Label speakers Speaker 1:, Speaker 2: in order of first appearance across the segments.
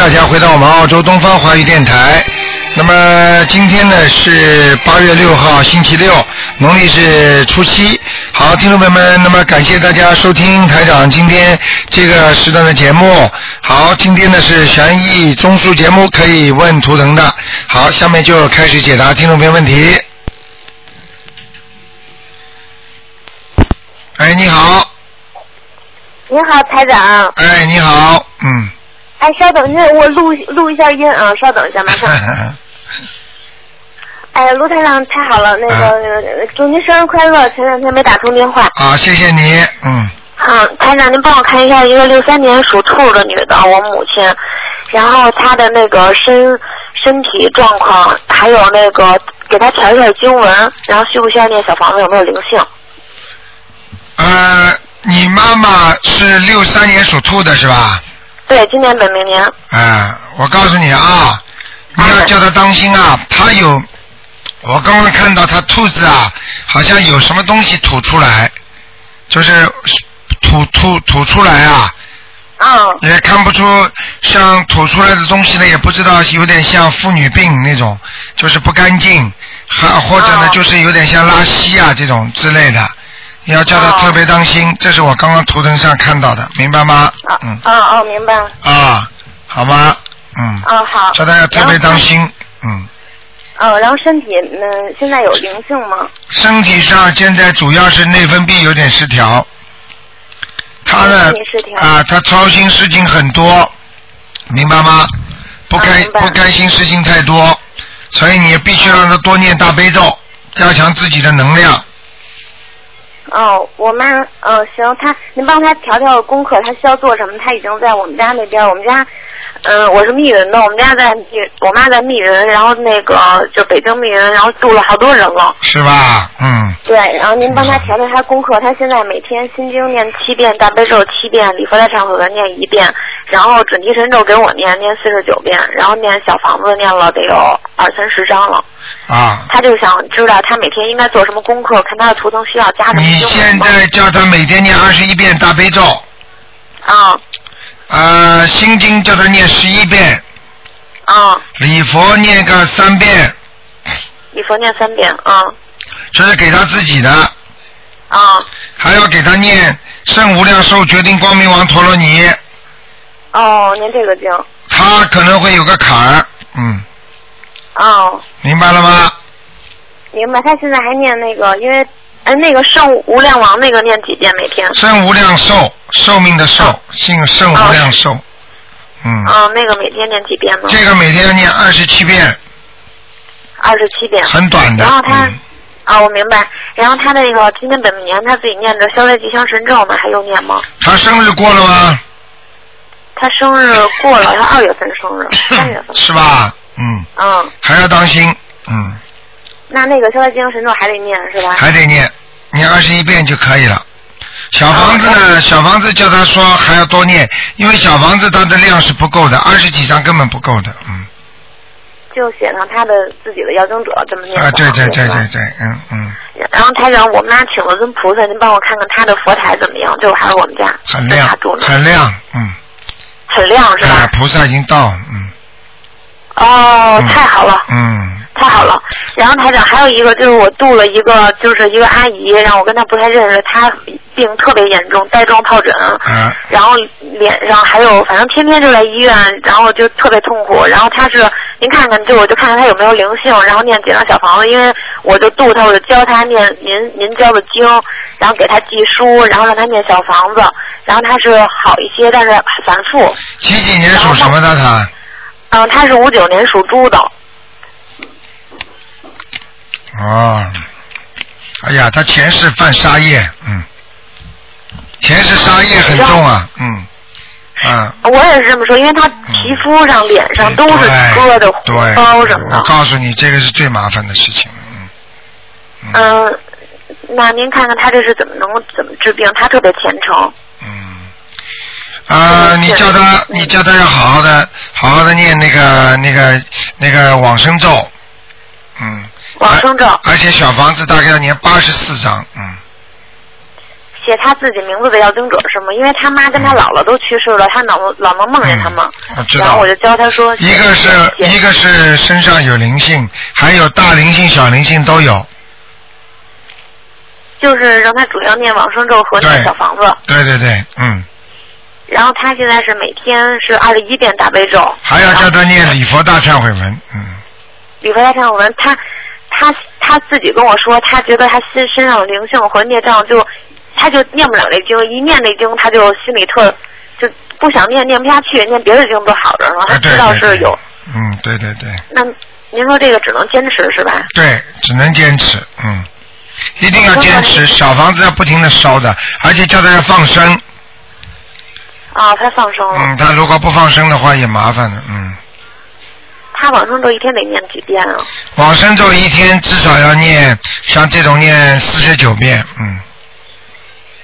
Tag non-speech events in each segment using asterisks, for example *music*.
Speaker 1: 大家回到我们澳洲东方华语电台。那么今天呢是八月六号，星期六，农历是初七。好，听众朋友们，那么感谢大家收听台长今天这个时段的节目。好，今天呢是悬疑综述节目，可以问图腾的。好，下面就开始解答听众朋友问题。哎，你好，
Speaker 2: 您好，台长。
Speaker 1: 哎，你好，嗯。
Speaker 2: 哎，稍等一下，我录录一下音啊，稍等一下，马上。
Speaker 1: *laughs*
Speaker 2: 哎，卢台长，太好了，那个、祝您生日快乐！前两天没打通电话。
Speaker 1: 啊，谢谢你，嗯，
Speaker 2: 啊，台长，您帮我看一下一个六三年属兔的女的，我母亲，然后她的那个身身体状况，还有那个给她调一下经文，然后需不需要念小房子，有没有灵性？
Speaker 1: 呃，你妈妈是六三年属兔的是吧？
Speaker 2: 对，今年本命年。
Speaker 1: 啊，我告诉你啊，你要叫她当心啊，她有，我刚刚看到她兔子啊，好像有什么东西吐出来，就是吐吐吐出来啊，
Speaker 2: 嗯，
Speaker 1: 也看不出像吐出来的东西呢，也不知道有点像妇女病那种，就是不干净，还或者呢，
Speaker 2: 哦
Speaker 1: 就是有点像拉稀啊这种之类的，你要叫她
Speaker 2: 哦
Speaker 1: 特别当心，这是我刚刚图腾上看到的，明白吗？
Speaker 2: 啊，
Speaker 1: 嗯
Speaker 2: 啊，哦，明白。
Speaker 1: 啊，好吗？嗯，
Speaker 2: 嗯，好。
Speaker 1: 叫大家特别当心。嗯，
Speaker 2: 然后。嗯，然后身体，嗯，现在有灵性吗？
Speaker 1: 身体上现在主要是内分泌有点失调，他呢
Speaker 2: 内分泌失调
Speaker 1: 啊，他操心事情很多，明白吗？不开、
Speaker 2: 啊明白
Speaker 1: 不开心事情太多，所以你必须让他多念大悲咒，加强自己的能量。
Speaker 2: 哦，我妈，嗯、行，她，您帮她调调功课，她需要做什么？她已经在我们家那边，我们家，嗯、我是密云的，我们家在密，我妈在密云，然后那个就北京密云，然后住了好多人了。
Speaker 1: 是吧？嗯，
Speaker 2: 对，然后您帮她调调她功课，她现在每天心经念七遍，大悲咒七遍，礼佛大忏悔文念一遍，然后准提神咒给我念念四十九遍，然后念小房子念了得有二三十章了。
Speaker 1: 啊，
Speaker 2: 她就想知道她每天应该做什么功课，看她的图腾需要加什么
Speaker 1: 你
Speaker 2: 经文
Speaker 1: 现
Speaker 2: 吗
Speaker 1: 在叫他每天念二十一遍大悲咒，
Speaker 2: 啊
Speaker 1: 呃，心经叫他念十一遍，
Speaker 2: 啊。
Speaker 1: 礼佛念个三遍，
Speaker 2: 礼佛念三遍，啊
Speaker 1: 就是给他自己的，
Speaker 2: 啊
Speaker 1: 还要给他念圣无量寿决定光明王陀罗尼，
Speaker 2: 哦，念这个经，
Speaker 1: 他可能会有个坎儿，嗯，
Speaker 2: 哦，
Speaker 1: 明白了吗？
Speaker 2: 明白。他现在还念那个，因为哎，那个圣无量王那个念几遍每天？
Speaker 1: 圣无量寿，寿命的寿，姓圣无量寿，嗯，
Speaker 2: 嗯，那个每天念几遍呢？
Speaker 1: 这个每天要念二十七遍，
Speaker 2: 二十七遍。
Speaker 1: 很短的
Speaker 2: 然后，他
Speaker 1: 嗯，
Speaker 2: 啊，我明白。然后他那个今天本命年他自己念着消灾吉祥神咒呢，还用念吗？
Speaker 1: 他生日过了吗？
Speaker 2: 他生日过了，他二月份
Speaker 1: *coughs*
Speaker 2: 生日，三月份。
Speaker 1: 是吧？嗯，
Speaker 2: 嗯，
Speaker 1: 还要当心，嗯，
Speaker 2: 那那个消灾吉祥神咒还得念是吧？
Speaker 1: 还得念，念二十一遍就可以了。小房子呢？小房子叫他说还要多念，因为小房子它的量是不够的，二十几张根本不够的，嗯。
Speaker 2: 就写上他的自己的要经者这么念。
Speaker 1: 啊，对对对对。对，嗯嗯，
Speaker 2: 然后台长，我妈请了尊菩萨，您帮我看看她的佛台怎么样？就还是我们家，
Speaker 1: 很
Speaker 2: 就
Speaker 1: 亮
Speaker 2: 她住，呢，
Speaker 1: 很亮，嗯，
Speaker 2: 很亮是
Speaker 1: 啊
Speaker 2: 吧，？
Speaker 1: 菩萨已经到了，嗯，
Speaker 2: 哦，
Speaker 1: 嗯
Speaker 2: 太好了，
Speaker 1: 嗯，
Speaker 2: 太好了。然后台长还有一个就是我度了一个就是一个阿姨，然后我跟她不太认识，她病特别严重，带状疱疹，
Speaker 1: 啊，
Speaker 2: 然后脸上还有反正天天就来医院，然后就特别痛苦。然后她是您看看，就我就看看她有没有灵性，然后念几张小房子，因为我就度她，我就教她念您您教的经，然后给她寄书，然后让她念小房子，然后她是好一些，但是反复。
Speaker 1: 几几年属什么的他？
Speaker 2: 嗯，她是五九年属猪的，
Speaker 1: 哦，哎呀，他前世犯杀业，嗯，前世杀业很重啊，嗯，啊，
Speaker 2: 我也是这么说，因为她皮肤上、脸上都是疙瘩、
Speaker 1: 嗯对
Speaker 2: 红包什
Speaker 1: 对
Speaker 2: 么
Speaker 1: 我
Speaker 2: 的。
Speaker 1: 告诉你，这个是最麻烦的事情，嗯，嗯
Speaker 2: 嗯，那您看看她这是怎么能够怎么治病？她特别虔诚。
Speaker 1: 嗯，啊，
Speaker 2: 嗯
Speaker 1: 你
Speaker 2: 是
Speaker 1: 叫他，你叫他要好好的，好好的念那个那个那个往生咒，嗯，
Speaker 2: 往生咒
Speaker 1: 哎而而且小房子大概要念八十四章，嗯，
Speaker 2: 写他自己名字的要经者是吗？因为他妈跟他姥姥都去世了，他老老能梦见他们
Speaker 1: 嗯我知，道
Speaker 2: 然后我就教他说，
Speaker 1: 一个是
Speaker 2: 写
Speaker 1: 一个是身上有灵性，还有大灵性、小灵性都有。
Speaker 2: 就是让他主要念往生咒和
Speaker 1: 对
Speaker 2: 念小房子，
Speaker 1: 对对对，嗯，
Speaker 2: 然后他现在是每天是二十一遍大悲咒，
Speaker 1: 还要叫他念礼佛大忏悔文，嗯，
Speaker 2: 李佛大忏悔文，他他他自己跟我说，他觉得他身身上有灵性和孽障就，他就念不了那经，一念那经他就心里特就不想念，念不下去，念别的经都好着呢，
Speaker 1: 啊
Speaker 2: 他
Speaker 1: 对
Speaker 2: 知道
Speaker 1: 对
Speaker 2: 是
Speaker 1: 对，
Speaker 2: 有。
Speaker 1: 嗯，对对对
Speaker 2: 那您说这个只能坚持是吧？
Speaker 1: 对，只能坚持，嗯，一定要坚持，
Speaker 2: 我刚才
Speaker 1: 小房子要不停的烧的，而且叫他要放生，
Speaker 2: 哦啊，他放生了，
Speaker 1: 嗯，他如果不放生的话也麻烦了，嗯，
Speaker 2: 他往生咒一天得念几遍啊？
Speaker 1: 往生咒一天至少要念，像这种念四十九遍，嗯，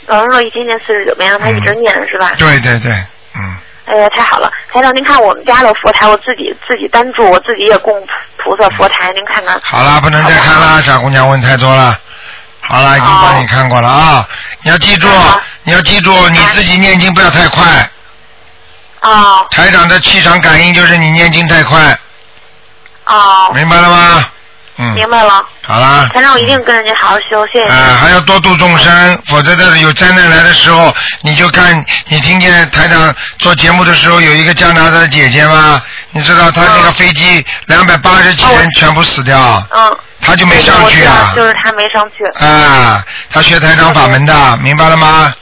Speaker 2: 往生咒一天念四十九遍，让啊他一直念、是吧？
Speaker 1: 对对对，嗯，
Speaker 2: 哎呀，太好了！台长，您看我们家的佛台，我自己自己单住，我自己也供菩萨佛台，您看看。
Speaker 1: 嗯好啦，不能再看啦，傻姑娘问太多了。好啦，已经帮你看过了啊！你要记住
Speaker 2: 好，
Speaker 1: 你要记住，你自己念经不要太快。
Speaker 2: 哦
Speaker 1: 台长的气场感应就是你念经太快，
Speaker 2: 哦，
Speaker 1: 明白了吗？嗯
Speaker 2: 明，白了。
Speaker 1: 好啦。
Speaker 2: 台长，我一定跟着您好好修，谢谢您。
Speaker 1: 啊，还要多度众生，否则在有灾难来的时候，你就看你听见台长做节目的时候，有一个加拿大的姐姐吗？你知道她那个
Speaker 2: 嗯
Speaker 1: 飞机两百八十几
Speaker 2: 哦我
Speaker 1: 人全部死掉，
Speaker 2: 嗯，哎
Speaker 1: 她就没上
Speaker 2: 我
Speaker 1: 去
Speaker 2: 知
Speaker 1: 啊
Speaker 2: 道，。就是他没上去，
Speaker 1: 啊，她学台长法门的，明白了吗？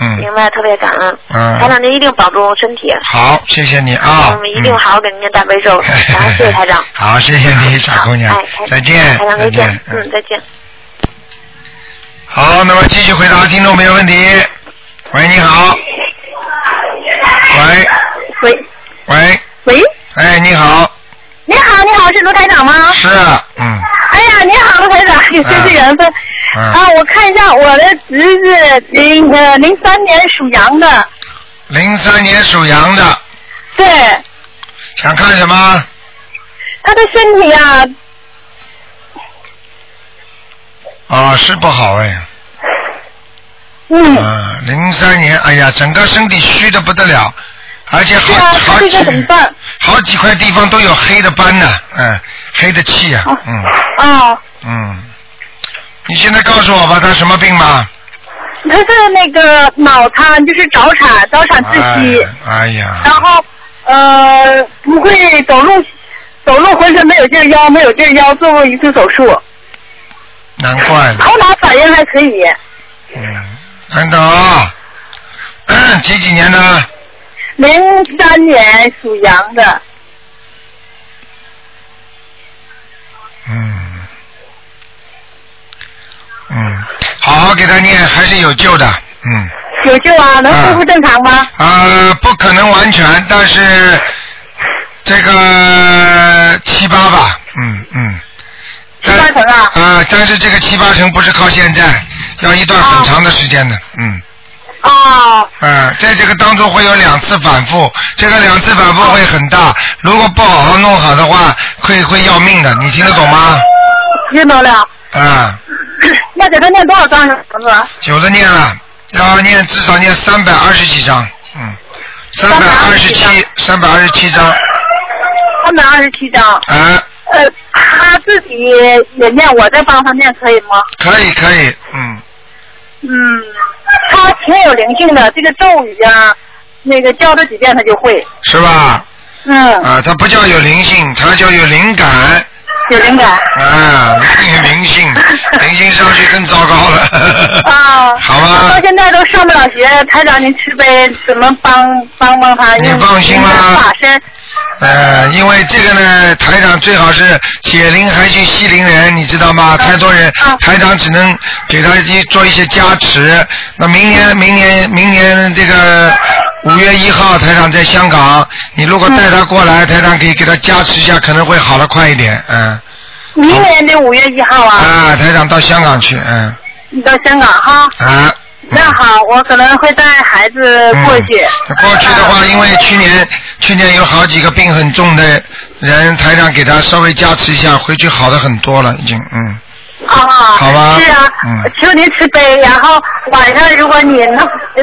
Speaker 1: 嗯
Speaker 2: 明白，特别感恩。台
Speaker 1: 嗯，啊
Speaker 2: 长，您一定保重身体。
Speaker 1: 好，谢谢你啊。。
Speaker 2: 我们嗯一定好好给您念大悲咒。然后谢谢台长
Speaker 1: *laughs* 好，谢谢你，傻姑娘
Speaker 2: 好哎台，
Speaker 1: 再见
Speaker 2: 台，长
Speaker 1: 再见
Speaker 2: 再见。，嗯，再见。
Speaker 1: 好，那么继续回答听众朋友问题。喂，你好。喂
Speaker 3: 喂
Speaker 1: 喂，
Speaker 3: 喂，
Speaker 1: 哎，你好，
Speaker 3: 你好，你好，是卢台长吗？
Speaker 1: 是，啊嗯
Speaker 3: 哎呀，你好，卢台长，也真是缘分。
Speaker 1: 嗯，
Speaker 3: 啊，我看一下我的侄子零呃零三年属羊的，
Speaker 1: 零三年属羊的，
Speaker 3: 对，
Speaker 1: 想看什么？
Speaker 3: 他的身体啊，
Speaker 1: 啊，是不好哎，
Speaker 3: 嗯，
Speaker 1: 嗯，零三年，哎呀，整个身体虚的不得了，而且
Speaker 3: 是
Speaker 1: 好
Speaker 3: 啊，
Speaker 1: 好
Speaker 3: 他这个怎么
Speaker 1: 几
Speaker 3: 办？
Speaker 1: 好几块地方都有黑的斑呢，嗯，黑的气呀、
Speaker 3: 哦
Speaker 1: 嗯
Speaker 3: 啊，
Speaker 1: 嗯，你现在告诉我吧，他什么病吗？
Speaker 3: 他是那个脑瘫，就是早产，早产窒息，
Speaker 1: 哎哎呀，
Speaker 3: 然后呃不会走路，走路浑身没有劲儿，腰没有劲儿，腰做过一次手术，
Speaker 1: 难怪了，
Speaker 3: 头脑反应还可以，
Speaker 1: 嗯，等等啊，嗯几几年的？
Speaker 3: 零三年属羊的。
Speaker 1: 嗯，嗯，好好给他念，还是有救的，嗯，
Speaker 3: 有救啊，能恢复正常吗？
Speaker 1: 呃，不可能完全，但是这个七八吧，嗯嗯，
Speaker 3: 七八成啊
Speaker 1: 呃，但是这个七八成不是靠现在，要一段很长的时间的，嗯。
Speaker 3: 哦，
Speaker 1: 嗯，在这个当中会有两次反复，这个两次反复会很大，如果不好好弄好的话，会会要命的，你听得懂吗？
Speaker 3: 听懂了。 *coughs*
Speaker 1: 啊、
Speaker 3: 那给他念多少张小房子？啊
Speaker 1: 有的念了，要念至少念三百二十几张，嗯，三百二十七，三百二十七张，
Speaker 3: 三百二十七张。
Speaker 1: 啊，
Speaker 3: 呃，他自己也念，我再帮他念可以吗？
Speaker 1: 可以可以，嗯，
Speaker 3: 嗯，他挺有灵性的，这个咒语啊，那个教他几遍他就会。
Speaker 1: 是吧？
Speaker 3: 嗯，
Speaker 1: 啊，它不叫有灵性，它叫有灵感，
Speaker 3: 有灵感。
Speaker 1: 啊， *laughs* 灵性，灵性上去更糟糕了， *laughs*
Speaker 3: 啊，
Speaker 1: 好吗？
Speaker 3: 他到现在都上不了学，台长您慈悲，怎么帮帮帮他？
Speaker 1: 你
Speaker 3: 用
Speaker 1: 放心
Speaker 3: 您的
Speaker 1: 啦
Speaker 3: 法身
Speaker 1: 呃，因为这个呢，台长最好是解铃还须系铃人，你知道吗？太多人
Speaker 3: 啊，
Speaker 1: 台长只能给他一些做一些加持。那明年，
Speaker 3: 嗯
Speaker 1: 明年，明年这个五月一号，台长在香港，你如果
Speaker 3: 嗯
Speaker 1: 带他过来，台长可以给他加持一下，可能会好的快一点。嗯，
Speaker 3: 明年的五月一号啊，
Speaker 1: 啊，台长到香港去，嗯
Speaker 3: 你到香港哈。
Speaker 1: 啊。
Speaker 3: 那好，我可能会带孩子呃过去。啊
Speaker 1: 嗯。过去的话，因为去年去年有好几个病很重的人，台长给他稍微加持一下，回去好的很多了，已经嗯。
Speaker 3: 啊，
Speaker 1: 好吧
Speaker 3: 是啊，
Speaker 1: 嗯，
Speaker 3: 求您慈悲。然后晚上如果你能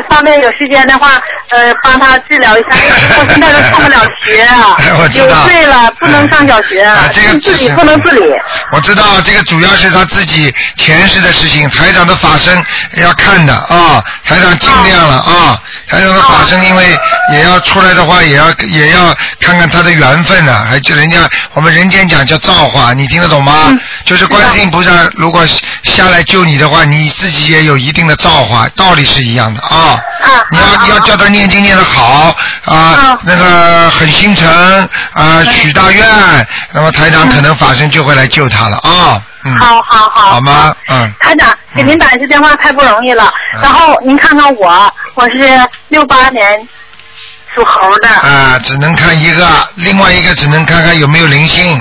Speaker 3: 方便有时间的话，呃，帮他治疗一下，我现在都上不了学啊
Speaker 1: *laughs* 我知
Speaker 3: 九
Speaker 1: 道
Speaker 3: 岁了不能上小学，
Speaker 1: 啊这个嗯
Speaker 3: 自己不能自理。
Speaker 1: 我知道这个主要是他自己前世的事情，台长的法身要看的啊、台长尽量了啊、台长的法身因为也要出来的话，也要也要看看他的缘分呢、还就人家我们人间讲叫造化，你听得懂吗？就是观世音菩萨如果下来救你的话，你自己也有一定的造化，道理是一样的啊。
Speaker 3: 啊
Speaker 1: 你要、
Speaker 3: 啊啊
Speaker 1: 要叫他念经念得好啊
Speaker 3: 啊，
Speaker 1: 那个很心诚啊，许大愿，那么台长可能法身就会来救他了啊，嗯，
Speaker 3: 好好好，
Speaker 1: 好吗？嗯，
Speaker 3: 台长，给您打一次电话太不容易了。
Speaker 1: 嗯
Speaker 3: 然后您看看我，我是六八年属猴的啊
Speaker 1: 啊，只能看一个，另外一个只能看看有没有灵性。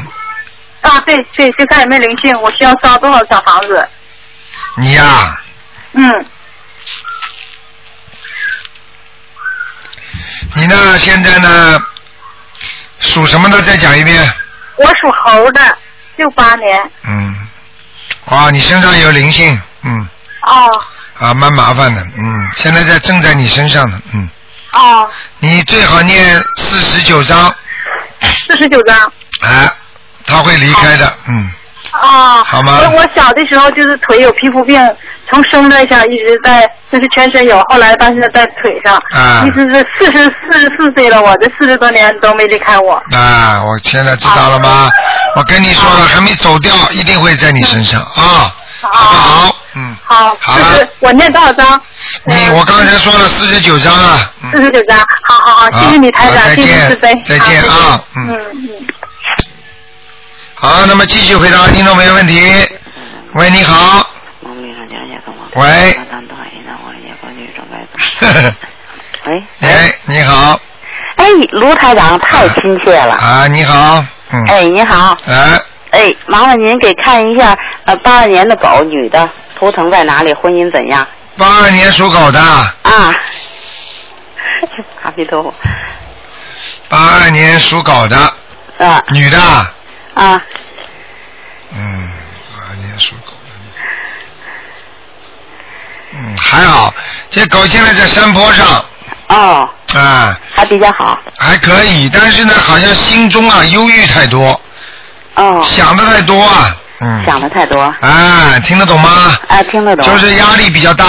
Speaker 3: 啊对对，就看有没有灵性，我需要烧多少小房子？
Speaker 1: 你呀、
Speaker 3: 嗯，
Speaker 1: 你呢？现在呢？属什么的？再讲一遍。
Speaker 3: 我属猴的，六八年。
Speaker 1: 嗯，哦，你身上有灵性，嗯，
Speaker 3: 哦
Speaker 1: 啊，蛮麻烦的，嗯，现在在正在你身上呢，嗯，
Speaker 3: 哦，
Speaker 1: 你最好念四十九章。
Speaker 3: 四十九张。
Speaker 1: 哎，他会离开的，嗯，
Speaker 3: 哦，
Speaker 1: 好吗
Speaker 3: 我我小的时候就是腿有皮肤病，从生了一下一直在，就是全身有，后来到现在在腿上，
Speaker 1: 啊
Speaker 3: 一直是四十四十四岁了，我这四十多年都没离开我。
Speaker 1: 啊，我现在知道了吗？我跟你说了，还没走掉，一定会在你身上啊，
Speaker 3: 哦
Speaker 1: 好不好？嗯，
Speaker 3: 好，
Speaker 1: 好
Speaker 3: 就
Speaker 1: 了
Speaker 3: 是我念多少张？
Speaker 1: 你
Speaker 3: 嗯
Speaker 1: 我刚才说了四十九章啊，
Speaker 3: 四
Speaker 1: 嗯，
Speaker 3: 十九张，好好好，谢谢你台
Speaker 1: 好
Speaker 3: 长，
Speaker 1: 再
Speaker 3: 谢
Speaker 1: 见
Speaker 3: 谢你慈悲，
Speaker 1: 再
Speaker 3: 好
Speaker 1: 见啊
Speaker 3: 嗯
Speaker 1: 嗯
Speaker 3: 嗯，
Speaker 1: 好，那么继续回答听众朋友问题。喂，你好，
Speaker 4: 我没有了解跟我。
Speaker 1: 喂 *laughs*
Speaker 4: 我当导演呢，我也关注中外喂，
Speaker 1: 哎，你好，
Speaker 4: 哎，卢台长太亲切了。
Speaker 1: 啊，你好，嗯，
Speaker 4: 哎，您好，
Speaker 1: 哎，
Speaker 4: 哎，麻烦您给看一下，呃，八二年的狗女的图腾在哪里，婚姻怎样？
Speaker 1: 八二年属狗的，
Speaker 4: 啊， *laughs* 阿弥陀佛，
Speaker 1: 八二年属狗的，
Speaker 4: 啊
Speaker 1: 女的，
Speaker 4: 啊，
Speaker 1: 嗯，八二年属狗的，嗯，还好，这狗现在在山坡上，
Speaker 4: 哦，
Speaker 1: 啊，
Speaker 4: 还比较好，
Speaker 1: 还可以，但是呢，好像心中啊忧郁太多，
Speaker 4: 哦，
Speaker 1: 想的太多啊，嗯，
Speaker 4: 想的太多，
Speaker 1: 啊，听得懂吗？
Speaker 4: 啊，听得懂，
Speaker 1: 就是压力比较大，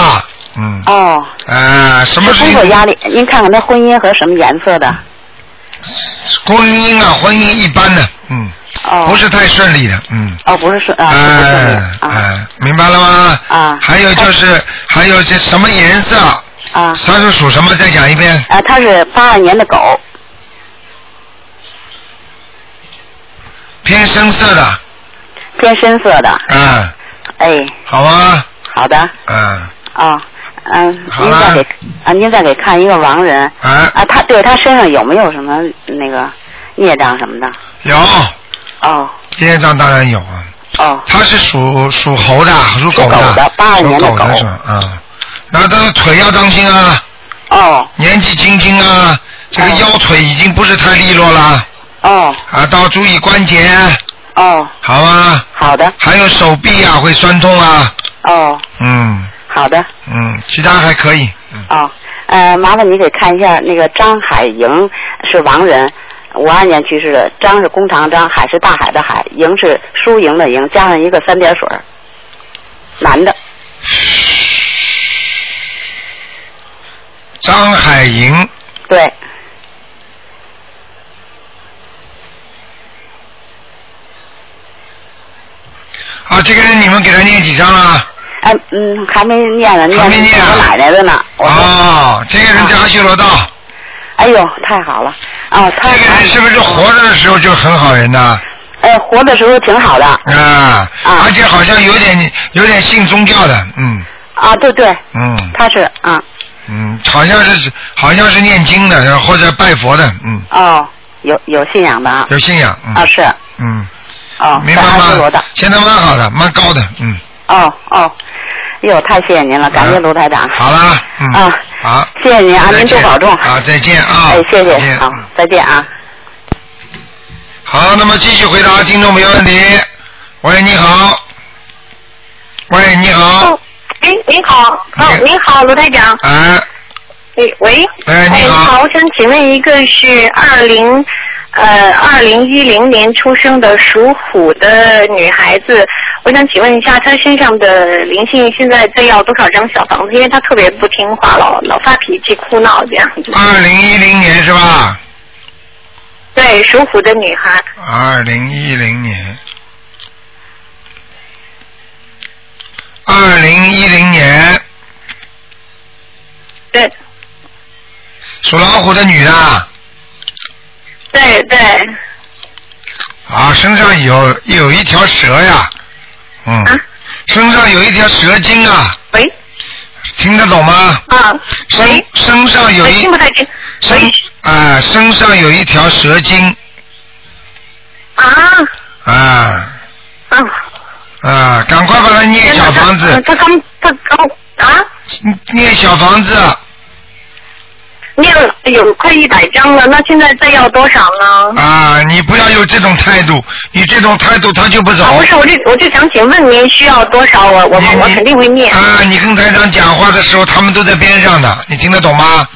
Speaker 1: 嗯，
Speaker 4: 哦，
Speaker 1: 啊，什么
Speaker 4: 是
Speaker 1: 事
Speaker 4: 工作
Speaker 1: 情？
Speaker 4: 压力，您看看她婚姻和什么颜色的？
Speaker 1: 婚姻啊，婚姻一般的，嗯，
Speaker 4: 哦，
Speaker 1: 不是太顺利的，嗯，
Speaker 4: 哦，不是顺啊，不是顺利
Speaker 1: 哎哎，明白了吗？
Speaker 4: 啊
Speaker 1: 还有就是，还有这什么颜色？哎
Speaker 4: 啊啊
Speaker 1: 它是属什么？再讲一遍。
Speaker 4: 啊！它是八二年的狗，
Speaker 1: 偏深色的，
Speaker 4: 偏深色的。
Speaker 1: 嗯，
Speaker 4: 哎，
Speaker 1: 好啊，
Speaker 4: 好的，
Speaker 1: 嗯，
Speaker 4: 啊，嗯，
Speaker 1: 好
Speaker 4: 您再给啊，您再给看一个亡人
Speaker 1: 哎，
Speaker 4: 啊，他对他身上有没有什么那个孽障什么的？
Speaker 1: 有，
Speaker 4: 哦
Speaker 1: 业障当然有啊。
Speaker 4: 哦
Speaker 1: 他是属属猴的，属狗
Speaker 4: 属狗
Speaker 1: 的
Speaker 4: 的，82
Speaker 1: 属
Speaker 4: 年的
Speaker 1: 狗的
Speaker 4: 狗
Speaker 1: 是吧？啊，然后他的腿要当心啊，
Speaker 4: 哦
Speaker 1: 年纪轻轻啊，这个
Speaker 4: 哦
Speaker 1: 腰腿已经不是太利落了
Speaker 4: 哦
Speaker 1: 啊，到注意关节，
Speaker 4: 哦，
Speaker 1: 好吗？
Speaker 4: 好的
Speaker 1: 还有手臂啊会酸痛啊，
Speaker 4: 哦
Speaker 1: 嗯
Speaker 4: 好的
Speaker 1: 嗯，其他还可以，嗯，
Speaker 4: 哦，呃，麻烦你给看一下那个张海莹是亡人。五二年去世的，张是工长张，海是大海的海，莹是输赢的赢，加上一个三点水儿，男的，
Speaker 1: 张海莹，
Speaker 4: 对，
Speaker 1: 啊，这个人你们给他念几张了？
Speaker 4: 哎，嗯，还没念呢，念
Speaker 1: 还没念啊
Speaker 4: 我奶奶的呢。我说，
Speaker 1: 哦，这个人在阿修罗道，
Speaker 4: 哎呦，太好了！哦，
Speaker 1: 这
Speaker 4: 他
Speaker 1: 个人是不是活着的时候就很好人呐？
Speaker 4: 哎，活的时候挺好的
Speaker 1: 啊，而且好像有点有点信宗教的，嗯
Speaker 4: 啊，对对，
Speaker 1: 嗯
Speaker 4: 他是啊，
Speaker 1: 嗯，好像是好像是念经的或者拜佛的，嗯，
Speaker 4: 哦，有有信仰的啊，
Speaker 1: 有信仰，嗯、
Speaker 4: 啊是，
Speaker 1: 嗯，
Speaker 4: 哦，
Speaker 1: 明
Speaker 4: 在
Speaker 1: 白
Speaker 4: 阿修罗的
Speaker 1: 吗，？现在蛮好的，蛮高的，嗯，
Speaker 4: 哦哦，哎呦，太谢谢您了，感谢
Speaker 1: 啊
Speaker 4: 卢台长。
Speaker 1: 好啦，嗯，
Speaker 4: 啊
Speaker 1: 好，
Speaker 4: 谢谢您啊，
Speaker 1: 再
Speaker 4: 您
Speaker 1: 见
Speaker 4: 多保重。
Speaker 1: 啊，再见啊，
Speaker 4: 哎，谢
Speaker 1: 再
Speaker 4: 谢，
Speaker 1: 见
Speaker 4: 好，再见啊。
Speaker 1: 好，那么继续回答听众朋友问题。喂，你好，喂，你好
Speaker 3: 哦，哎，您好，哦，
Speaker 1: 你
Speaker 3: 您好，卢台长，
Speaker 1: 哎
Speaker 3: 你喂，
Speaker 1: 哎，你
Speaker 3: 你
Speaker 1: 好，
Speaker 3: 我想请问一个是二零呃二零一零年出生的属虎的女孩子，我想请问一下她身上的灵性现在在要多少张小房子？因为她特别不听话，老老发脾气、哭闹这样子。
Speaker 1: 二零一零年是吧？
Speaker 3: 对，属虎的女孩，
Speaker 1: 二零一零年，二零一零年
Speaker 3: 对
Speaker 1: 属老虎的女的
Speaker 3: 对对，
Speaker 1: 啊，身上有有一条蛇呀，嗯，
Speaker 3: 啊
Speaker 1: 身上有一条蛇精啊，
Speaker 3: 喂
Speaker 1: 听得懂吗？
Speaker 3: 啊，
Speaker 1: 身
Speaker 3: 喂，
Speaker 1: 身上有
Speaker 3: 我
Speaker 1: 一
Speaker 3: 听不太清，
Speaker 1: 身
Speaker 3: 喂
Speaker 1: 啊、身上有一条蛇精
Speaker 3: 啊
Speaker 1: 啊
Speaker 3: 啊，
Speaker 1: 啊，赶快把它念小房子，
Speaker 3: 她刚她刚啊。
Speaker 1: 念小房子，
Speaker 3: 念了有快一百张了，那现在再要多少呢？
Speaker 1: 啊，你不要有这种态度，你这种态度他就不走。
Speaker 3: 啊，不是，我就我就想请问您需要多少，我我
Speaker 1: 你
Speaker 3: 我肯定会念。
Speaker 1: 啊，你跟台长讲话的时候，他们都在边上的，你听得懂吗？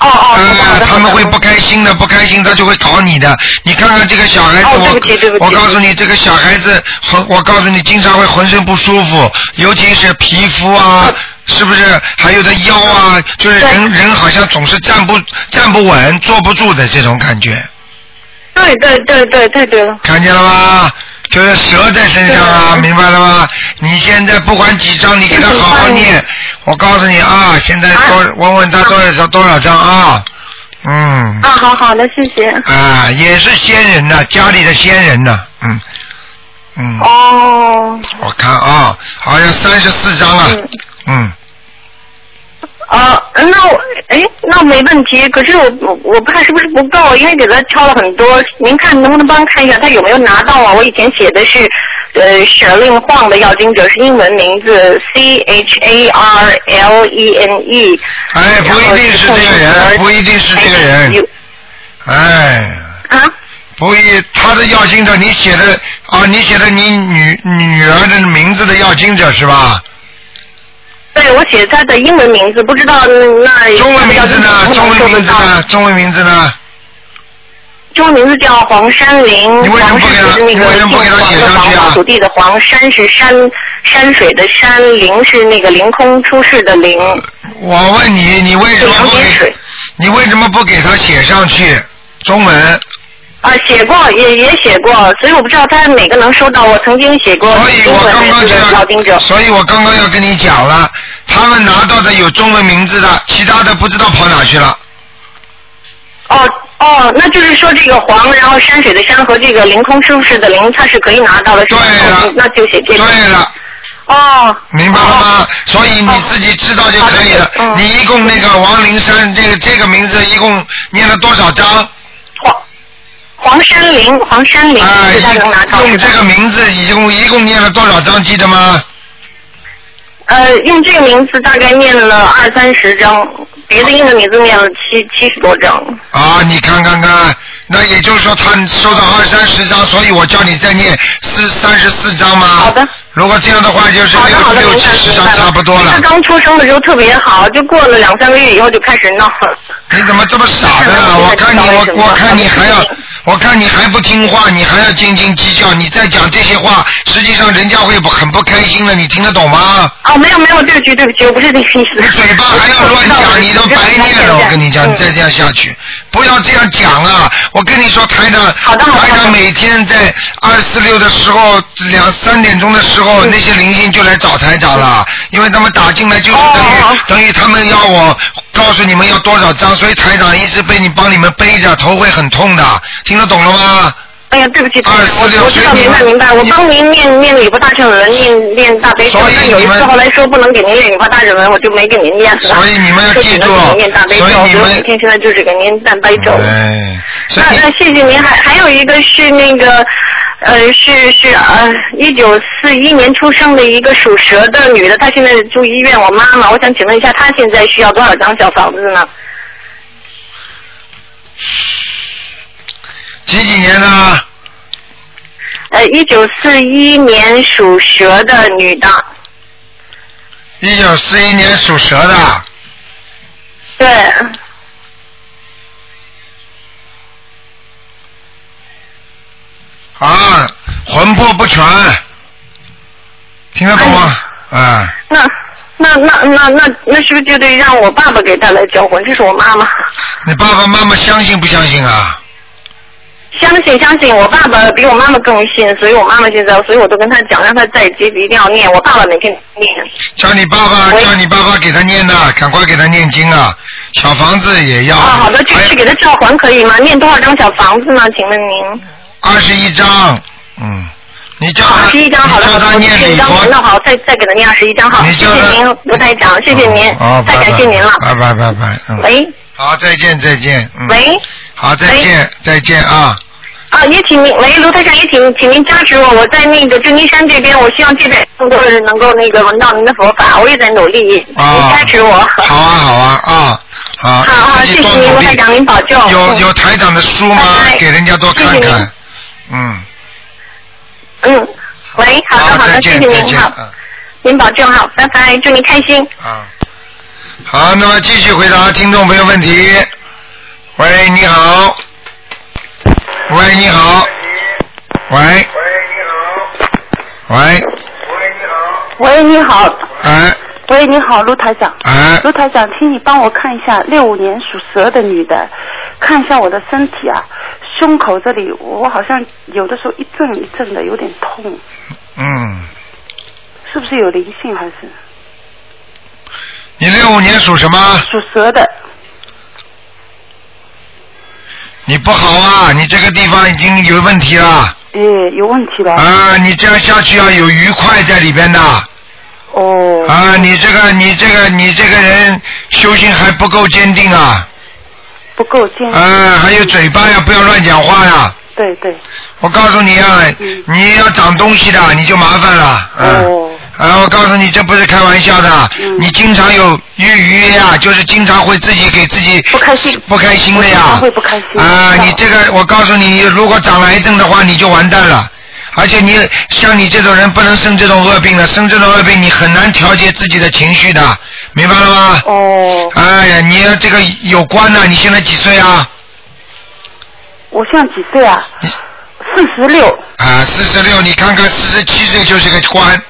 Speaker 3: 哦哦，知道
Speaker 1: 啊，
Speaker 3: 的。
Speaker 1: 他们会不开心的，不开心他就会搞你的。你看看这个小孩子，
Speaker 3: 哦对不起对不
Speaker 1: 我
Speaker 3: 起
Speaker 1: 我告诉你，这个小孩子浑，我告诉你，经常会浑身不舒服，尤其是皮肤啊，
Speaker 3: 哦
Speaker 1: 是不是？还有的腰啊，就是人人好像总是站不站不稳，坐不住的这种感觉。
Speaker 3: 对对对对对对，啊
Speaker 1: 看见了吗？就是蛇在身上啊，
Speaker 3: 对
Speaker 1: 明白了吗？你现在不管几张，你给他好好念。我告诉你啊，现在多、问问他多少张多少张啊？嗯，
Speaker 3: 啊，好好的，谢谢。
Speaker 1: 啊，也是仙人呐、家里的仙人呐、嗯嗯，
Speaker 3: 哦
Speaker 1: 我看啊，好像三十四张啊，
Speaker 3: 嗯
Speaker 1: 嗯，
Speaker 3: 啊，那我哎，那没问题。可是我我我不知道是不是不够，因为给他挑了很多。您看能不能帮看一下他有没有拿到啊？我以前写的是呃舍令晃的要经者是英文名字 C H A R L E N E。
Speaker 1: 哎，不一定是这个人，哎不一定是这个人，哎。
Speaker 3: 哎啊，
Speaker 1: 不一，他的要经者，你写的啊，你写的你女女儿的名字的要经者是吧？
Speaker 3: 对，我写他的英文名字，不知道那
Speaker 1: 中文名字呢？中文名字呢？？中文名字呢？
Speaker 3: 中文名字叫黄山林，
Speaker 1: 你为什么不
Speaker 3: 黄是
Speaker 1: 给他
Speaker 3: 就是那
Speaker 1: 你为
Speaker 3: 个
Speaker 1: 什
Speaker 3: 姓
Speaker 1: 么不给他
Speaker 3: 黄
Speaker 1: 写
Speaker 3: 的
Speaker 1: 上
Speaker 3: 黄，
Speaker 1: 去啊
Speaker 3: 黄土地的黄，山是山山水的山，林是那个凌空出世的林，
Speaker 1: 我问你，你为什
Speaker 3: 是
Speaker 1: 么
Speaker 3: 两
Speaker 1: 不
Speaker 3: 点水
Speaker 1: 给？。你为什么不给他写上去中文？
Speaker 3: 啊，写过也也写过，所以我不知道他哪个能收到。我曾经写过
Speaker 1: 所以
Speaker 3: 英
Speaker 1: 我刚
Speaker 3: 文
Speaker 1: 刚
Speaker 3: 名字
Speaker 1: 就
Speaker 3: 的老丁者
Speaker 1: 要，，所以我刚刚要跟你讲了，他们拿到的有中文名字的，其他的不知道跑哪去了。
Speaker 3: 哦哦，那就是说这个黄，然后山水的山和这个凌空出世的林，它是可以拿到的，是吧
Speaker 1: 对了
Speaker 3: 那就写这
Speaker 1: 对
Speaker 3: 个。
Speaker 1: 了。
Speaker 3: 哦，
Speaker 1: 明白了
Speaker 3: 哦
Speaker 1: 吗？所以你自己知道就可以了
Speaker 3: 哦。好的
Speaker 1: 你一共那个王灵山这个这个名字一共念了多少章？
Speaker 3: 黄黄山林，黄山林，
Speaker 1: 啊，
Speaker 3: 是他能拿到
Speaker 1: 一
Speaker 3: 是
Speaker 1: 用
Speaker 3: 吧
Speaker 1: 这个名字一共一共念了多少章记得吗？
Speaker 3: 呃，用这个名字大概念了二三十张，别的英文名字念了七七十多张。
Speaker 1: 啊，你看看看，那也就是说他收到二三十章，所以我叫你再念四三十四章吗？
Speaker 3: 好的。
Speaker 1: 如果这样的话，就是
Speaker 3: 好的好
Speaker 1: 六
Speaker 3: 的，
Speaker 1: 六
Speaker 3: 明
Speaker 1: 七
Speaker 3: 白
Speaker 1: 十
Speaker 3: 明
Speaker 1: 章
Speaker 3: 白
Speaker 1: 差不多了
Speaker 3: 他。刚出生的时候特别好，就过了两三个月以后就开始闹了。
Speaker 1: 你怎么这么傻的呢？ *laughs* 我看你，我我看你还要，我看你还不听话，你还要斤斤计较，你再讲这些话，实际上人家会不很不开心的，你听得懂吗？
Speaker 3: 哦，没有没有，对不起对不起，我不是那个意思。
Speaker 1: 你嘴巴还要乱讲，你都白念了。我跟你讲，你再这样下去，不要这样讲了。我跟你说，台长，
Speaker 3: 好的好的
Speaker 1: 台长每天在二四六的时候，两三点钟的时
Speaker 3: 嗯
Speaker 1: 候，那些灵性就来找台长了，因为他们打进来就是等于、
Speaker 3: 哦哦哦
Speaker 1: 等于他们要我告诉你们要多少张，所以台长一直被你帮你们背着，头会很痛的，听得懂了吗？
Speaker 3: 哎呀，对不起，对
Speaker 1: 二
Speaker 3: 不起
Speaker 1: 四六
Speaker 3: 我我知道
Speaker 1: 所以你
Speaker 3: 明白明白，我
Speaker 1: 你
Speaker 3: 帮您念念礼佛大圣文，念念大悲咒，
Speaker 1: 所以
Speaker 3: 但有
Speaker 1: 你
Speaker 3: 一
Speaker 1: 们
Speaker 3: 次后来说不能给您念礼佛大圣文，我就没给您念了。
Speaker 1: 所以你们要
Speaker 3: 就
Speaker 1: 记
Speaker 3: 只
Speaker 1: 住
Speaker 3: 能给您念大悲咒，
Speaker 1: 所以你
Speaker 3: 我
Speaker 1: 们
Speaker 3: 每天现在就是给您念大悲咒。
Speaker 1: 哎，所
Speaker 3: 那
Speaker 1: 以
Speaker 3: 啊那谢谢您，还还有一个是那个，呃，是是呃，一九四一年出生的一个属蛇的女的，她现在住医院，我妈妈，我想请问一下，她现在需要多少张小房子呢？
Speaker 1: 几几年呢？
Speaker 3: 呃，一九四一年属蛇的女的，
Speaker 1: 一九四一年属蛇的，
Speaker 3: 对，
Speaker 1: 啊，魂魄不全，听得懂吗？
Speaker 3: 哎
Speaker 1: 啊，
Speaker 3: 那那那那那那是不是就得让我爸爸给他来交魂？这是我妈妈，
Speaker 1: 你爸爸妈妈相信不相信啊？
Speaker 3: 相信相信，我爸爸比我妈妈更信，所以我妈妈现在，所以我都跟他讲，让他再积极一定要念，我爸爸每天念。
Speaker 1: 叫你爸爸，
Speaker 3: 我也
Speaker 1: 叫你爸爸给他念呐，赶快给他念经啊！小房子也要
Speaker 3: 啊，好的，这次给他照
Speaker 1: 哎
Speaker 3: 还可以吗？念多少张小房子呢？请问您？
Speaker 1: 二十一章，嗯，你叫
Speaker 3: 二
Speaker 1: 他，
Speaker 3: 十一张好了，
Speaker 1: 你叫他
Speaker 3: 我
Speaker 1: 念
Speaker 3: 一
Speaker 1: 礼
Speaker 3: 张
Speaker 1: 佛，
Speaker 3: 那好，再再给他念二十一张好，
Speaker 1: 你
Speaker 3: 谢
Speaker 1: 叫他
Speaker 3: 谢您，卢台长，谢谢您，
Speaker 1: 哦哦
Speaker 3: 太感谢您了。
Speaker 1: 拜拜拜拜拜，嗯，
Speaker 3: 喂
Speaker 1: 好，再见再见，嗯，
Speaker 3: 喂
Speaker 1: 好，再见再见啊，
Speaker 3: 啊，也请您，喂，卢台长也请，请您加持我，我在那个旧金山这边，我希望这边更多的人能够那个闻到您的佛法，我也在努力，您
Speaker 1: 啊
Speaker 3: 加持我。
Speaker 1: 好啊好啊啊，好，
Speaker 3: *laughs* 好好
Speaker 1: 自己多
Speaker 3: 谢谢您
Speaker 1: 努力
Speaker 3: 卢台长您保重
Speaker 1: 有
Speaker 3: 嗯
Speaker 1: 有台长的书吗
Speaker 3: 拜？拜
Speaker 1: 给人家多看
Speaker 3: 谢谢您
Speaker 1: 看，嗯，
Speaker 3: 嗯，喂，好的好
Speaker 1: 再
Speaker 3: 的，谢
Speaker 1: 见
Speaker 3: 谢
Speaker 1: 再
Speaker 3: 您，
Speaker 1: 见，
Speaker 3: 好，
Speaker 1: 嗯。
Speaker 3: 您保重，好，拜拜，祝您开心。
Speaker 1: 啊，好，那么继续回答听众朋友问题。喂，你好。喂，你好。喂。喂，
Speaker 5: 喂，你好，
Speaker 1: 哎
Speaker 5: 喂，你好，卢台长，
Speaker 1: 哎
Speaker 5: 卢台长，请你帮我看一下六五年属蛇的女的，看一下我的身体啊，胸口这里我好像有的时候一阵一阵的有点痛，
Speaker 1: 嗯，
Speaker 5: 是不是有灵性还是
Speaker 1: 你六五年属什么？
Speaker 5: 属蛇的？
Speaker 1: 你不好啊，你这个地方已经有问题了
Speaker 5: 诶，有问题了？
Speaker 1: 啊！你这样下去要有愉快在里边的
Speaker 5: 哦，
Speaker 1: 啊！你这个你这个你这个人修行还不够坚定啊！
Speaker 5: 不够坚，
Speaker 1: 啊，还有嘴巴呀，不要乱讲话呀、
Speaker 5: 对对，
Speaker 1: 我告诉你啊，你要长东西的，你就麻烦了。嗯。
Speaker 5: 嗯哦，
Speaker 1: 啊，我告诉你，这不是开玩笑的。
Speaker 5: 嗯
Speaker 1: 你经常有郁郁呀，就是经常会自己给自己
Speaker 5: 不开心
Speaker 1: 不开心的
Speaker 5: 我经
Speaker 1: 呀
Speaker 5: 常。会不开心
Speaker 1: 啊
Speaker 5: 知，道
Speaker 1: 你这个，我告诉你，如果长了癌症的话，你就完蛋了。而且你像你这种人不能生这种恶病的，生这种恶病你很难调节自己的情绪的，明白了吗？
Speaker 5: 哦，
Speaker 1: 哎呀，你这个有关呢、你现在几岁啊？
Speaker 5: 我现在几岁啊？四十六，
Speaker 1: 啊，四十六，你看看四十七岁就是个关。